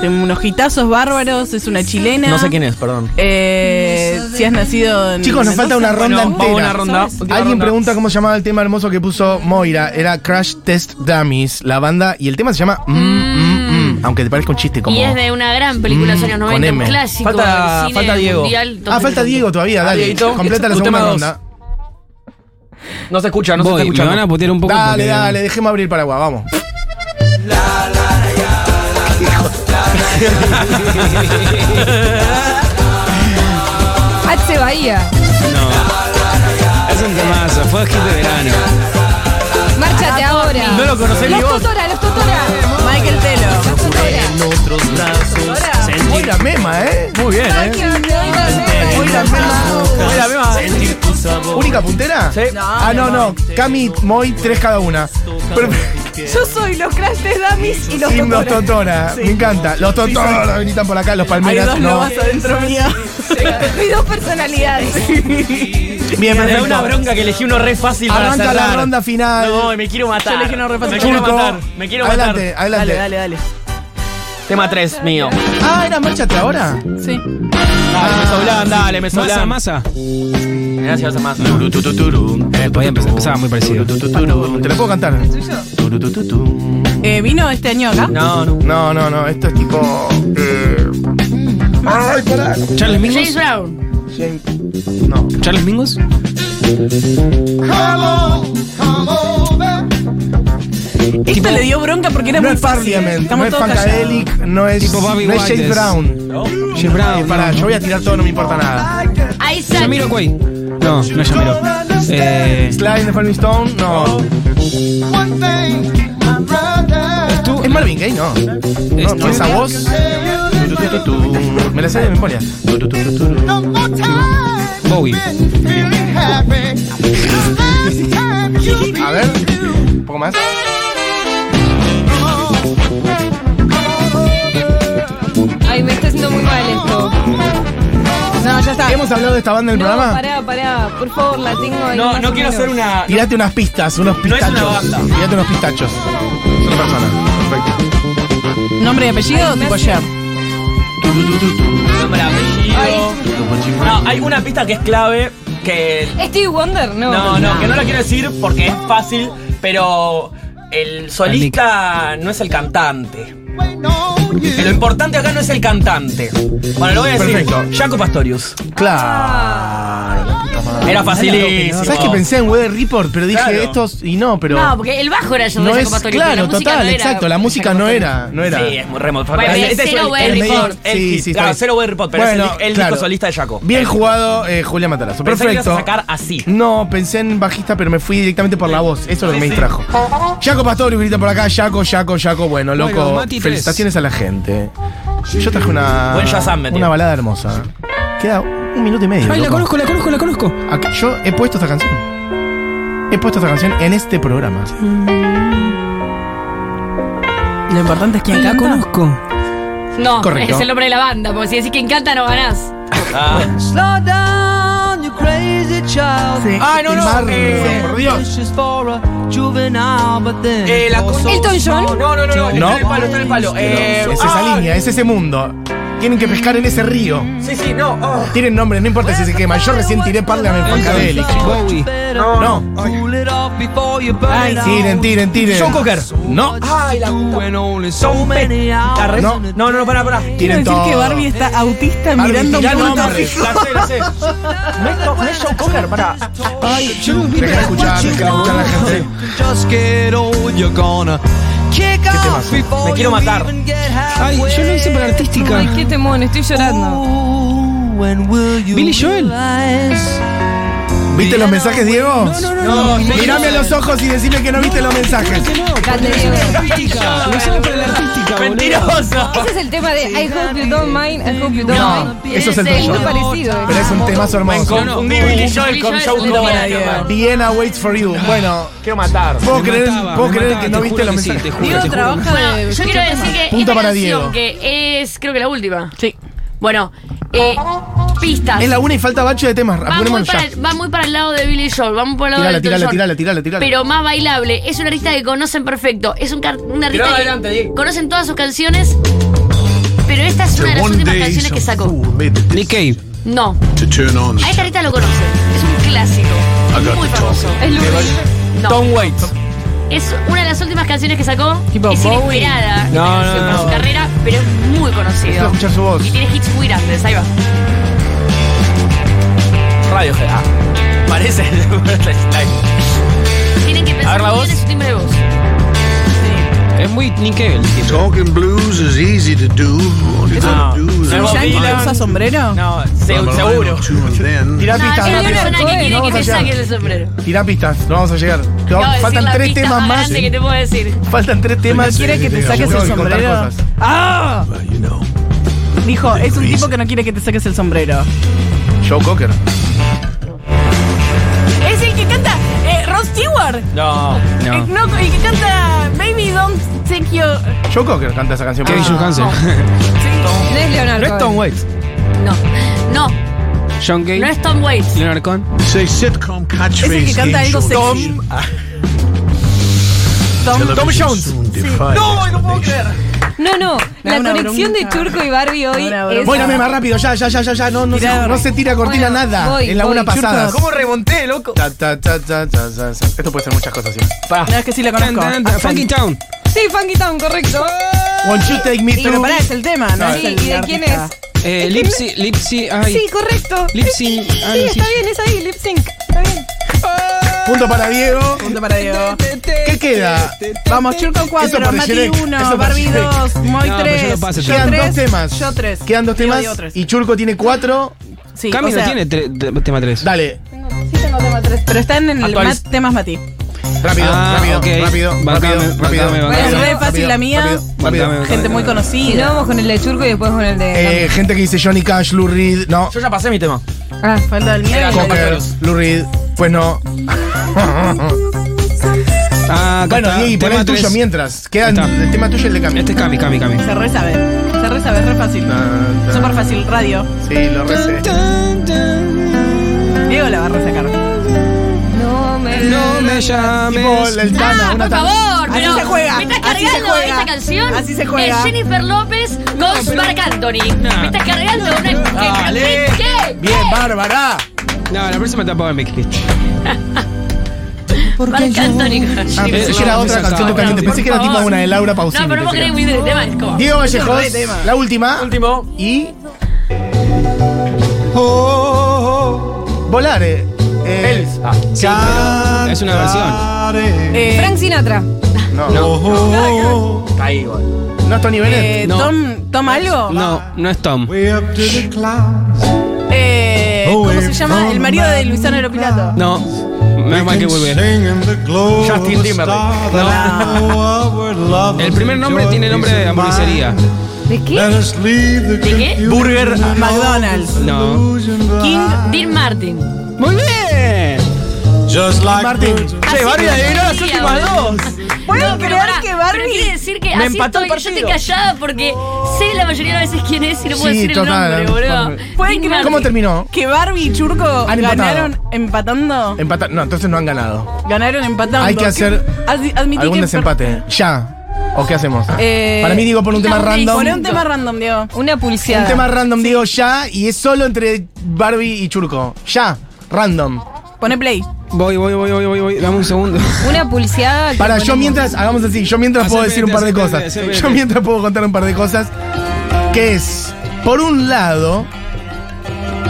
Speaker 6: Tiene unos gitazos bárbaros, es una chilena.
Speaker 5: No sé quién es, perdón.
Speaker 6: Eh, si has nacido en.
Speaker 1: Chicos, nos
Speaker 6: Mendoza.
Speaker 1: falta una ronda
Speaker 6: Bueno,
Speaker 1: entera.
Speaker 6: vamos
Speaker 2: una ronda.
Speaker 6: ¿Sabes?
Speaker 2: Última
Speaker 1: Alguien
Speaker 2: ronda.
Speaker 1: pregunta cómo se llamaba el tema hermoso que puso Moira. Era Crash Test Dummies, la banda, y el tema se llama Mm, mm, mm, aunque te parezca un chiste como.
Speaker 4: Y es de una gran película de los años
Speaker 1: Mm, con
Speaker 4: 90, un
Speaker 1: M.
Speaker 4: clásico
Speaker 5: Falta-
Speaker 4: del cine
Speaker 5: falta Diego.
Speaker 4: mundial.
Speaker 1: Ah, falta Diego todavía,
Speaker 5: Ah,
Speaker 1: dale.
Speaker 5: Dieguito,
Speaker 1: Completa la
Speaker 5: tu
Speaker 1: segunda
Speaker 5: tema dos.
Speaker 1: ronda.
Speaker 5: No se escucha, no se
Speaker 2: Voy, me van
Speaker 5: está
Speaker 2: a
Speaker 5: escuchando.
Speaker 2: putear un poco.
Speaker 1: Dale,
Speaker 2: porque-
Speaker 1: dale, dejemos abrir paraguas, vamos.
Speaker 3: Atse Bahía.
Speaker 2: No. Es un temazo, fue hit de verano.
Speaker 3: Márchate ahora.
Speaker 5: No lo conocés ni
Speaker 3: Los
Speaker 5: vos.
Speaker 3: Totora, los Totora.
Speaker 6: Michael Telo.
Speaker 3: Los Totora.
Speaker 1: Moira Mema, ¿eh?
Speaker 5: Muy bien,
Speaker 3: Ay,
Speaker 5: eh.
Speaker 3: qué horror.
Speaker 1: Moira Mema.
Speaker 5: Es la misma.
Speaker 1: ¿Única puntera?
Speaker 5: Sí.
Speaker 1: Ah, no, no. Cami, Moy, tres cada una. Pero-
Speaker 6: Yo soy los Crash Test Dummies y los
Speaker 1: y los
Speaker 6: Totora.
Speaker 1: Totora. Me encanta. Los Totora venitan por acá, los
Speaker 6: Hay
Speaker 1: Palmeras.
Speaker 6: dos
Speaker 1: No.
Speaker 6: lobas adentro mío.
Speaker 3: Mis dos personalidades.
Speaker 1: Bien,
Speaker 5: Me da una
Speaker 1: perfecto.
Speaker 5: bronca que elegí uno re fácil para
Speaker 1: Arranca la
Speaker 5: cerrar.
Speaker 1: ronda final.
Speaker 5: No, me quiero matar.
Speaker 6: Yo elegí uno re fácil.
Speaker 5: Me quiero
Speaker 1: Turco.
Speaker 5: matar. Me quiero
Speaker 1: adelante,
Speaker 5: matar.
Speaker 1: Adelante,
Speaker 6: Dale, dale, dale.
Speaker 5: Tema 3 mío.
Speaker 1: Ah, era Márchate ahora.
Speaker 6: Sí.
Speaker 5: Dale, me soblan, dale, me
Speaker 2: Masa,
Speaker 5: soblan.
Speaker 2: masa.
Speaker 5: Gracias, Amasa.
Speaker 2: Eh, podía empezar, empezaba muy parecido.
Speaker 1: Te la puedo cantar.
Speaker 6: Eh, vino este año acá.
Speaker 5: No, no.
Speaker 1: No, no, no. Esto es tipo. eh, Ay, pará.
Speaker 2: Charles
Speaker 4: James
Speaker 2: Mingos.
Speaker 4: Brown.
Speaker 1: James- No.
Speaker 2: Charles Mingos.
Speaker 6: Esta le dio bronca porque era
Speaker 1: No
Speaker 6: muy
Speaker 1: es
Speaker 6: fácil.
Speaker 1: Parliament, no
Speaker 6: Estamos
Speaker 1: es
Speaker 6: todos callados.
Speaker 1: Funkadelic, no es,
Speaker 2: Tipo Bobby
Speaker 1: no es
Speaker 2: White
Speaker 1: James
Speaker 2: es.
Speaker 1: Brown.
Speaker 2: James
Speaker 1: Eh,
Speaker 2: Brown.
Speaker 1: pará, yo voy a tirar todo, no me importa nada.
Speaker 4: Isaac.
Speaker 2: Yamiro Cuey. No, no es Yamiro. Eh,
Speaker 1: Slide de Falling Stone, no.
Speaker 2: tú-
Speaker 1: Es Marvin Gaye, no. No,
Speaker 2: Esto-
Speaker 1: con esa voz. Me la sé de memoria.
Speaker 2: Bowie.
Speaker 1: A ver, un poco más.
Speaker 3: Ay, me está haciendo muy mal esto. No, ya está.
Speaker 1: ¿Hemos hablado de esta banda en el
Speaker 3: No,
Speaker 1: programa?
Speaker 3: pará, pará. Por favor, la tengo ahí.
Speaker 5: No,
Speaker 3: más
Speaker 5: no
Speaker 3: o
Speaker 5: quiero
Speaker 3: menos.
Speaker 5: hacer una.
Speaker 1: Tirate unas pistas, unos
Speaker 5: No es
Speaker 1: pistachos.
Speaker 5: una banda.
Speaker 1: Tirate unos pistachos. Es una persona. Perfecto.
Speaker 6: Nombre y apellido, tipo ayer.
Speaker 5: Nombre, apellido. No, hay una pista que es clave que.
Speaker 3: Stevie Wonder, no.
Speaker 5: No, no, que no la quiero decir porque es fácil, pero el solista no es el cantante. Lo importante acá no es el cantante. Bueno, lo voy a decir.
Speaker 1: Perfecto.
Speaker 5: Jaco Pastorius.
Speaker 1: Claro.
Speaker 5: Era facilísimo.
Speaker 1: ¿Sabes que pensé en Weather Report? Pero dije
Speaker 5: Claro.
Speaker 1: estos y no, pero.
Speaker 4: No, porque el bajo era yo
Speaker 1: No
Speaker 4: de
Speaker 1: es
Speaker 4: Jacob Pastorius, la
Speaker 1: claro,
Speaker 4: música
Speaker 1: total,
Speaker 4: no era
Speaker 1: exacto. La
Speaker 4: Jacob
Speaker 1: música no
Speaker 4: Pastorius.
Speaker 1: era, no era.
Speaker 5: Sí, es muy remoto.
Speaker 4: Bueno,
Speaker 5: Este es
Speaker 4: cero
Speaker 5: el-
Speaker 4: Weather
Speaker 5: el
Speaker 4: Report.
Speaker 5: disco-
Speaker 1: Sí,
Speaker 5: el disco-
Speaker 1: sí, está
Speaker 5: claro,
Speaker 1: bien.
Speaker 5: cero Weather Report, pero
Speaker 1: Bueno,
Speaker 5: es el, el
Speaker 1: claro.
Speaker 5: disco solista de Jaco.
Speaker 1: Bien
Speaker 5: El-
Speaker 1: jugado, eh, Julia Matarazo.
Speaker 5: Pensé que
Speaker 1: Perfecto.
Speaker 5: ibas a sacar así.
Speaker 1: No, pensé en bajista, pero me fui directamente por la voz. Eso es lo que
Speaker 5: Sí,
Speaker 1: me
Speaker 5: sí.
Speaker 1: distrajo. Jaco Pastorius grita por acá, Jaco, Jaco, Jaco. Bueno,
Speaker 2: Bueno,
Speaker 1: loco,
Speaker 2: Mati, tres.
Speaker 1: felicitaciones a la gente. Yo traje una
Speaker 5: Buen Shazam, Mati.
Speaker 1: una balada hermosa. Queda un minuto y medio.
Speaker 2: Ay, la
Speaker 1: loco.
Speaker 2: conozco, la conozco, la conozco.
Speaker 1: Acá- yo he puesto esta canción. He puesto esta canción en este programa.
Speaker 6: Lo importante es quién
Speaker 2: La
Speaker 6: canta.
Speaker 2: conozco.
Speaker 4: No,
Speaker 1: Correcto.
Speaker 4: es el nombre de la banda, porque si decís que encanta no ganás.
Speaker 5: Ah,
Speaker 6: Sí.
Speaker 5: Ay, Ah, no, no.
Speaker 1: Marro,
Speaker 5: eh,
Speaker 1: por Dios.
Speaker 5: eh, la cosa-
Speaker 3: Elton John.
Speaker 5: No, no, no, no.
Speaker 1: No.
Speaker 5: Está en el palo, está en el palo. Eh,
Speaker 1: Es esa
Speaker 5: ah,
Speaker 1: línea, es ese mundo. Tienen que pescar en ese río.
Speaker 5: Sí, sí, no. oh.
Speaker 1: Tienen nombres, no importa si se queman. Yo recién tiré Parliament Funkadelic, chicos.
Speaker 2: Bowie.
Speaker 1: No.
Speaker 6: Ay, sí.
Speaker 1: Tiren, tiren, tiren.
Speaker 5: John Cocker.
Speaker 1: No.
Speaker 5: Ay, la puta. Son pe- la re-
Speaker 1: No.
Speaker 5: No, no, no, pará, pará.
Speaker 6: Quiero
Speaker 1: Tiren
Speaker 6: decir
Speaker 1: todo.
Speaker 6: que Barbie está autista
Speaker 1: Barbie,
Speaker 6: mirando
Speaker 1: mirá
Speaker 6: un punto
Speaker 1: nombres.
Speaker 6: fijo.
Speaker 5: La sé, la sé. No es, no es John Cocker, pará.
Speaker 1: Deja de escuchar, deja de escuchar a la gente. ¿Qué temas?
Speaker 5: Me quiero matar.
Speaker 2: Ay, yo lo hice para artística.
Speaker 3: Ay, qué temón, estoy
Speaker 6: Uh,
Speaker 3: llorando.
Speaker 2: Billy Joel.
Speaker 1: ¿Viste los mensajes, Diego?
Speaker 5: No,
Speaker 1: Mírame a los ojos y decime que no viste los mensajes.
Speaker 3: Grande, Diego.
Speaker 2: Artística. Lo hice para la artística, boludo.
Speaker 5: Mentiroso.
Speaker 3: Ese Este es el tema de I hope you don't mind, I hope you don't mind.
Speaker 1: Eso es el
Speaker 4: Ese,
Speaker 1: tuyo.
Speaker 3: Muy parecido. ¿eh?
Speaker 1: Pero es un temazo hermoso.
Speaker 5: Confundí Billy Joel con
Speaker 4: Billy Joel
Speaker 5: John
Speaker 4: es un
Speaker 5: Cocker.
Speaker 4: genio.
Speaker 1: Vienna waits for you. Bueno,
Speaker 5: Quiero matar.
Speaker 1: puedo
Speaker 2: Me
Speaker 1: creer,
Speaker 2: mataba,
Speaker 1: puedo
Speaker 2: me
Speaker 1: creer
Speaker 2: mataba,
Speaker 1: que
Speaker 2: te
Speaker 1: no
Speaker 2: juro
Speaker 1: viste los
Speaker 2: que sí,
Speaker 1: mensajes.
Speaker 2: te juro,
Speaker 6: Diego
Speaker 2: te juro.
Speaker 6: trabaja de.
Speaker 4: Ah, Yo quiero decir que
Speaker 1: Eh, Punto
Speaker 4: esta
Speaker 1: para Diego.
Speaker 4: canción, que es creo que la última.
Speaker 6: Sí.
Speaker 4: Bueno, eh, pistas.
Speaker 1: Es la una y falta bacho de temas.
Speaker 4: Va muy,
Speaker 1: Apurémonos
Speaker 4: para,
Speaker 1: ya.
Speaker 4: va muy para el lado de Billy Joel, va muy para el lado
Speaker 1: Tirala,
Speaker 4: de
Speaker 1: tirala,
Speaker 4: Elton John.
Speaker 1: tirala, tirala, tirala.
Speaker 4: Pero más bailable, es una artista que conocen perfecto. Es un car- una
Speaker 5: Tirá
Speaker 4: artista
Speaker 5: adelante,
Speaker 4: que
Speaker 5: Diego.
Speaker 4: conocen todas sus canciones. Pero esta es una de las últimas canciones que sacó.
Speaker 2: Nick Cave.
Speaker 4: No. A esta Rita lo conoce. Es un clásico. Muy famoso.
Speaker 3: Es Lou Reed.
Speaker 4: No.
Speaker 10: Tom Waits.
Speaker 4: Es una de las últimas canciones que sacó.
Speaker 3: Tipo
Speaker 4: es
Speaker 3: Bowie.
Speaker 4: inesperada esta
Speaker 10: No, no,
Speaker 4: canción
Speaker 10: no.
Speaker 4: por su carrera, pero es muy
Speaker 1: Quiero
Speaker 4: conocido.
Speaker 1: escuchar su voz.
Speaker 4: Y tiene hits muy grandes, ahí va.
Speaker 10: Radiohead. Ah, parece.
Speaker 4: Tienen que
Speaker 10: ver
Speaker 4: pensar
Speaker 10: la
Speaker 4: muy
Speaker 10: voz.
Speaker 4: bien en su timbre de voz.
Speaker 2: Es muy Nick Cave el tipo.
Speaker 8: Talking blues is easy to do. All you
Speaker 10: No.
Speaker 8: gotta do is
Speaker 10: No,
Speaker 8: run
Speaker 10: Bob
Speaker 6: ¿Yankee le
Speaker 10: Dylan.
Speaker 6: usa sombrero?
Speaker 10: No, se-
Speaker 8: a line
Speaker 10: seguro.
Speaker 8: or two and then
Speaker 1: Tirá
Speaker 4: No, es
Speaker 1: pistas,
Speaker 4: una
Speaker 1: rápido.
Speaker 4: persona que quiere
Speaker 1: No
Speaker 4: que
Speaker 1: vamos a
Speaker 4: te
Speaker 1: llegar.
Speaker 4: saques el sombrero.
Speaker 1: Tirá pistas, no vamos a llegar.
Speaker 4: Acabo de decir
Speaker 1: faltan
Speaker 4: la
Speaker 1: tres
Speaker 4: pista
Speaker 1: temas
Speaker 4: más
Speaker 1: más.
Speaker 4: grande que te puedo decir.
Speaker 1: Faltan tres temas.
Speaker 6: quiere que te saques
Speaker 1: Tengo
Speaker 6: el
Speaker 1: que contar
Speaker 6: sombrero.
Speaker 1: cosas.
Speaker 6: ¡Ah!
Speaker 8: Well, uh, you know.
Speaker 6: Dijo, es un tipo que no quiere que te saques el sombrero.
Speaker 1: Joe Cocker.
Speaker 6: Es el que canta eh, Ross Stewart.
Speaker 10: No.
Speaker 6: Eh,
Speaker 2: No.
Speaker 6: no, el que canta Baby Don't Take Your.
Speaker 1: Joe Cocker canta esa canción.
Speaker 2: Kevin Johansen.
Speaker 3: No es Leonardo.
Speaker 2: No es Tom Waits.
Speaker 4: No, no,
Speaker 2: John
Speaker 4: no
Speaker 2: Gay.
Speaker 4: es Tom Waits.
Speaker 2: Leonard Cohen.
Speaker 8: Say sitcom
Speaker 6: Es el que
Speaker 8: catchphrase.
Speaker 6: canta algo
Speaker 8: intro.
Speaker 6: sexy. Tom.
Speaker 8: Television
Speaker 1: Jones.
Speaker 8: soon defined
Speaker 10: No, no puedo
Speaker 8: nation.
Speaker 10: creer.
Speaker 3: No, no. La
Speaker 6: una
Speaker 3: conexión
Speaker 6: bronca.
Speaker 3: de Churco y Barbie hoy
Speaker 6: Una bronca.
Speaker 3: es.
Speaker 1: Bueno, Mema, rápido, ya, ya, ya, ya, ya. No, no,
Speaker 6: Tirá,
Speaker 1: se, no
Speaker 6: Barbie.
Speaker 1: se tira cortina
Speaker 3: Bueno,
Speaker 1: nada.
Speaker 3: voy,
Speaker 1: en la
Speaker 3: voy.
Speaker 1: una pasada.
Speaker 6: Churcos.
Speaker 10: ¿Cómo remonté, loco?
Speaker 1: Ta, ta, ta, ta, ta, ta, ta. Esto puede ser muchas cosas. ¿sí?
Speaker 10: Pa.
Speaker 6: No, es que sí la
Speaker 2: Tan,
Speaker 6: conozco. Ah,
Speaker 2: tan, tan, Funky Town.
Speaker 3: Sí, Funky Town, correcto.
Speaker 1: Won't you take me
Speaker 6: Pero
Speaker 1: to-
Speaker 6: pará, es el tema, ¿no?
Speaker 3: Sí,
Speaker 6: es el
Speaker 3: ¿y de quién
Speaker 6: artista.
Speaker 2: Eh, Lipsy, Lipsy, ay.
Speaker 3: Sí, correcto.
Speaker 2: Lip sync.
Speaker 3: Sí,
Speaker 2: Ah,
Speaker 3: sí,
Speaker 2: lip
Speaker 3: está
Speaker 2: sync.
Speaker 3: bien, es ahí, lip sync. Está bien.
Speaker 1: Punto para Diego.
Speaker 6: Punto para Diego.
Speaker 1: ¿Qué queda?
Speaker 6: Vamos, Churco
Speaker 1: Eso
Speaker 6: 4,
Speaker 1: para
Speaker 6: Mati
Speaker 1: Shrek.
Speaker 6: 1,
Speaker 1: Eso para
Speaker 6: Barbie
Speaker 1: Shrek.
Speaker 6: 2, Moy
Speaker 2: No, pero yo no
Speaker 6: 3.
Speaker 2: paso,
Speaker 1: Quedan dos temas.
Speaker 6: Yo 3.
Speaker 1: Quedan dos temas. Y Churco tiene cuatro.
Speaker 6: Sí,
Speaker 2: Cami
Speaker 6: o
Speaker 2: no
Speaker 6: sea,
Speaker 2: tiene tre- te- tema 3.
Speaker 1: Dale,
Speaker 6: Sí tengo tema 3. Pero están en el
Speaker 10: Actualiz-
Speaker 6: ma- temas Mati.
Speaker 1: rápido,
Speaker 2: Ah,
Speaker 1: rápido,
Speaker 2: ok.
Speaker 1: rápido,
Speaker 2: Bancame,
Speaker 1: rápido,
Speaker 2: bancame,
Speaker 1: rápido.
Speaker 2: bancame.
Speaker 1: rápido,
Speaker 6: Es re fácil la mía.
Speaker 1: rápido.
Speaker 2: Bancame, bancame.
Speaker 6: Gente muy
Speaker 3: Y no
Speaker 6: conocida.
Speaker 3: vamos con el de Churco y después con el de.
Speaker 1: Eh, gente que dice Johnny Cash, Lou Reed, no,
Speaker 10: Yo ya pasé mi tema.
Speaker 3: Ah,
Speaker 6: Falta el mío.
Speaker 10: Era
Speaker 6: y-
Speaker 10: Cocker.
Speaker 1: Cocker, Lou Reed, pues no.
Speaker 2: Ah, acá
Speaker 1: Bueno,
Speaker 2: está,
Speaker 1: Diego, y pon
Speaker 2: tema
Speaker 1: el tuyo
Speaker 2: tres.
Speaker 1: mientras. Queda el,
Speaker 2: Está.
Speaker 1: tema tuyo y el de Cami.
Speaker 2: Este es Cami, Cami, Cami.
Speaker 6: Se re sabe. Se re sabe, es re fácil.
Speaker 1: Tan, tan.
Speaker 6: Súper fácil, radio.
Speaker 1: Sí, lo recé.
Speaker 6: Diego la va a resacar.
Speaker 3: no me.
Speaker 2: No me llames.
Speaker 1: Tipo la Eltana,
Speaker 4: Ah,
Speaker 1: una tan-
Speaker 4: por favor,
Speaker 6: Así
Speaker 4: pero
Speaker 6: se juega,
Speaker 4: me estás
Speaker 6: así
Speaker 4: cargando
Speaker 6: se juega,
Speaker 4: esta canción.
Speaker 6: así se juega.
Speaker 4: de Jennifer López con Marc Anthony. Me estás cargando una.
Speaker 10: Dale.
Speaker 4: ¿Qué?
Speaker 1: Bien, Bárbara.
Speaker 2: No, la próxima etapa de mi clip.
Speaker 4: Marc Anthony con
Speaker 1: Ah,
Speaker 4: Jennifer
Speaker 1: pensé que era
Speaker 2: no,
Speaker 1: otra
Speaker 2: esa
Speaker 1: canción
Speaker 2: estaba.
Speaker 1: totalmente. Pensé que era tipo una de Laura Pausini.
Speaker 4: No, pero no
Speaker 1: pensé que
Speaker 4: crees
Speaker 1: era.
Speaker 4: muy de tema, es como.
Speaker 1: Diego Vallejos, la última.
Speaker 10: Último.
Speaker 1: Y. Oh, Volar. Eh. eh,
Speaker 10: Elf. Ah.
Speaker 2: Sí, pero es una versión.
Speaker 6: Eh,
Speaker 3: Frank Sinatra.
Speaker 1: No, no,
Speaker 10: Caí, igual.
Speaker 1: no es Tony Bennett.
Speaker 6: eh,
Speaker 2: No.
Speaker 6: Tom, Tom algo.
Speaker 2: No, no es Tom.
Speaker 8: Way up to the clouds.
Speaker 6: Eh, ¿Cómo se llama? El marido de Luisano Aeropilato.
Speaker 2: No. Menos mal que volver.
Speaker 10: Justin Timberlake.
Speaker 2: El primer nombre tiene nombre de hamburguesería.
Speaker 4: ¿De qué?
Speaker 8: ¿De
Speaker 4: ¿De qué?
Speaker 8: Burger
Speaker 6: McDonald's.
Speaker 2: No.
Speaker 6: King.
Speaker 4: Dean Martin.
Speaker 2: Muy bien.
Speaker 8: Just like
Speaker 1: Martín.
Speaker 8: birds.
Speaker 4: Así
Speaker 10: Che, Barbie
Speaker 4: me
Speaker 10: adivinó las
Speaker 4: sentía,
Speaker 10: últimas
Speaker 4: boludo.
Speaker 10: dos.
Speaker 6: ¿Pueden
Speaker 4: pero
Speaker 6: creer
Speaker 4: pará,
Speaker 6: que Barbie
Speaker 4: pero quiere decir que
Speaker 10: me
Speaker 4: así
Speaker 10: empató el
Speaker 4: estoy, yo estoy
Speaker 10: partido?
Speaker 4: callada porque sé la mayoría de veces quién es y no puedo
Speaker 1: Sí,
Speaker 4: decir
Speaker 1: total.
Speaker 4: el nombre, boludo.
Speaker 6: ¿Pueden
Speaker 4: Dean
Speaker 6: creer
Speaker 1: ¿Cómo
Speaker 4: Martin.
Speaker 1: terminó?
Speaker 6: que Barbie y Churco
Speaker 1: Han empatado.
Speaker 6: ganaron empatando?
Speaker 1: Empata- No, entonces no han ganado.
Speaker 6: Ganaron empatando.
Speaker 1: Hay que hacer
Speaker 6: Ad- admití
Speaker 1: Algún
Speaker 6: que-
Speaker 1: desempate. Ya. ¿O qué hacemos?
Speaker 6: Eh,
Speaker 1: Para mí, digo, por un tema
Speaker 4: la
Speaker 1: random.
Speaker 6: Poné un tema random, Diego.
Speaker 3: Una pulseada.
Speaker 1: Un tema random, digo, ya. Y es solo entre Barbie y Churco. Ya. Random.
Speaker 6: Poné play.
Speaker 2: Voy, voy, voy, voy, voy, voy. Dame un segundo.
Speaker 3: Una pulseada. que
Speaker 1: Para, yo
Speaker 3: ponemos-
Speaker 1: mientras, hagamos así, yo mientras puedo
Speaker 2: Hacé
Speaker 1: decir un par de
Speaker 2: breve, hacé
Speaker 1: cosas.
Speaker 2: breve, hacé
Speaker 1: Yo
Speaker 2: breve.
Speaker 1: mientras puedo contar un par de cosas. Que es, por un lado,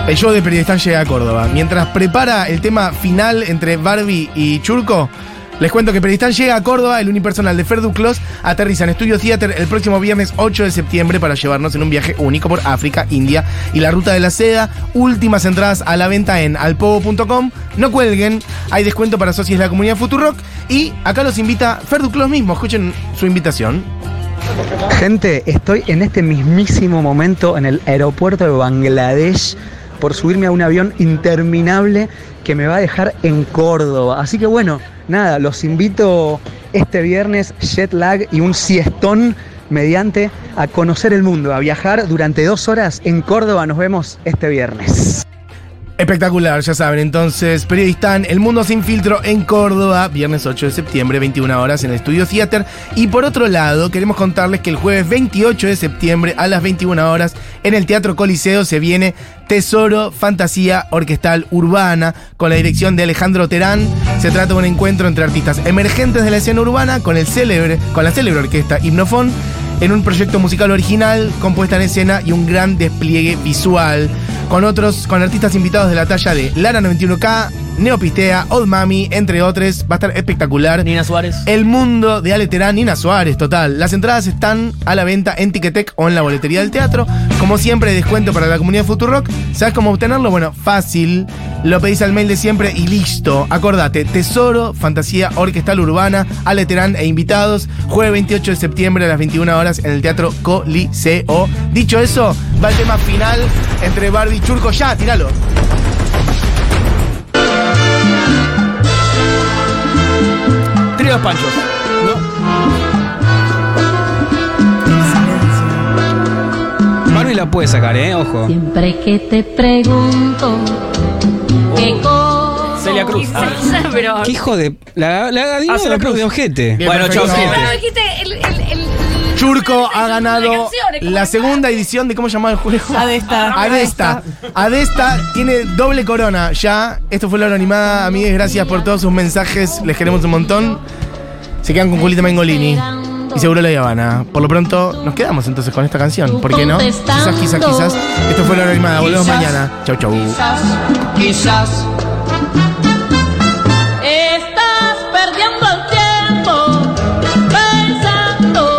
Speaker 1: el show de Periodistán llega a Córdoba. Mientras prepara el tema final entre Barbie y Churco, les cuento que Periodistán llega a Córdoba, el unipersonal de Fer Duclos aterriza en Studio Theater el próximo viernes 8 de septiembre para llevarnos en un viaje único por África, India y la Ruta de la Seda. Últimas entradas a la venta en alpogo.com. No cuelguen, hay descuento para socios de la comunidad Futurock. Y acá los invita Fer Duclos mismo, escuchen su invitación.
Speaker 11: Gente, estoy en este mismísimo momento en el aeropuerto de Bangladesh por subirme a un avión interminable que me va a dejar en Córdoba. Así que bueno, nada, los invito este viernes jet lag y un siestón mediante a conocer el mundo, a viajar durante dos horas en Córdoba. Nos vemos este viernes.
Speaker 1: Espectacular, ya saben. Entonces, periodistán, El Mundo Sin Filtro en Córdoba, viernes 8 de septiembre, 21 horas en el Estudio Theater. Y por otro lado, queremos contarles que el jueves 28 de septiembre a las 21 horas en el Teatro Coliseo se viene Tesoro Fantasía Orquestal Urbana con la dirección de Alejandro Terán. Se trata de un encuentro entre artistas emergentes de la escena urbana con el célebre, con la célebre orquesta Hipnofón en un proyecto musical original, compuesta en escena y un gran despliegue visual. Con otros, con artistas invitados de la talla de Lara 91K, Neopistea, Old Mami, entre otros. Va a estar espectacular.
Speaker 10: Nina Suárez.
Speaker 1: El mundo de Ale Terán, Nina Suárez, total. Las entradas están a la venta en Ticketek o en la boletería del teatro. Como siempre, descuento para la comunidad Futurock. ¿Sabes cómo obtenerlo? Bueno, fácil. Lo pedís al mail de siempre y listo. Acordate, Tesoro, Fantasía Orquestal Urbana, Ale Terán e invitados. Jueves 28 de septiembre a las 21 horas en el Teatro Coliseo. Dicho eso, va el tema final entre Barbie y Churco. Ya, tíralo.
Speaker 10: Trío de Panchos.
Speaker 2: Barbie la puede sacar, ¿eh? Ojo.
Speaker 9: Siempre que te pregunto
Speaker 1: Oh.
Speaker 9: qué cosa.
Speaker 10: Celia Cruz. Ah.
Speaker 4: pero.
Speaker 2: ¿Qué hijo de.? La, la, la digo
Speaker 10: Ah, se la
Speaker 2: la
Speaker 10: cruz.
Speaker 2: de ojete.
Speaker 1: Bien,
Speaker 10: Bueno, chao,
Speaker 1: perfecto.
Speaker 10: gente.
Speaker 4: Pero dijiste el. el, el-
Speaker 1: Churco ha ganado
Speaker 4: canciones, ¿cómo
Speaker 1: la
Speaker 4: está?
Speaker 1: segunda edición de cómo llamaba el juego. Ah,
Speaker 6: Adesta.
Speaker 1: Adesta. Adesta tiene doble corona ya. Esto fue la hora animada. Amigues, gracias por todos sus mensajes. Les queremos un montón. Se quedan con Julita Mengolini. Y seguro la Habana. Por lo pronto, nos quedamos entonces con esta canción. ¿Por qué no? Quizás, quizás, quizás. Esto fue la hora animada. Volvemos
Speaker 8: Quizás.
Speaker 1: mañana. Chau, chau.
Speaker 8: Quizás, quizás.
Speaker 9: Estás perdiendo el tiempo pensando,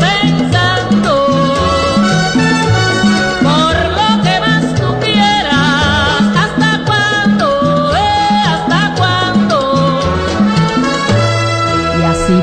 Speaker 9: pensando por lo que más tú quieras. ¿Hasta cuándo? eh? ¿Hasta cuándo? Y así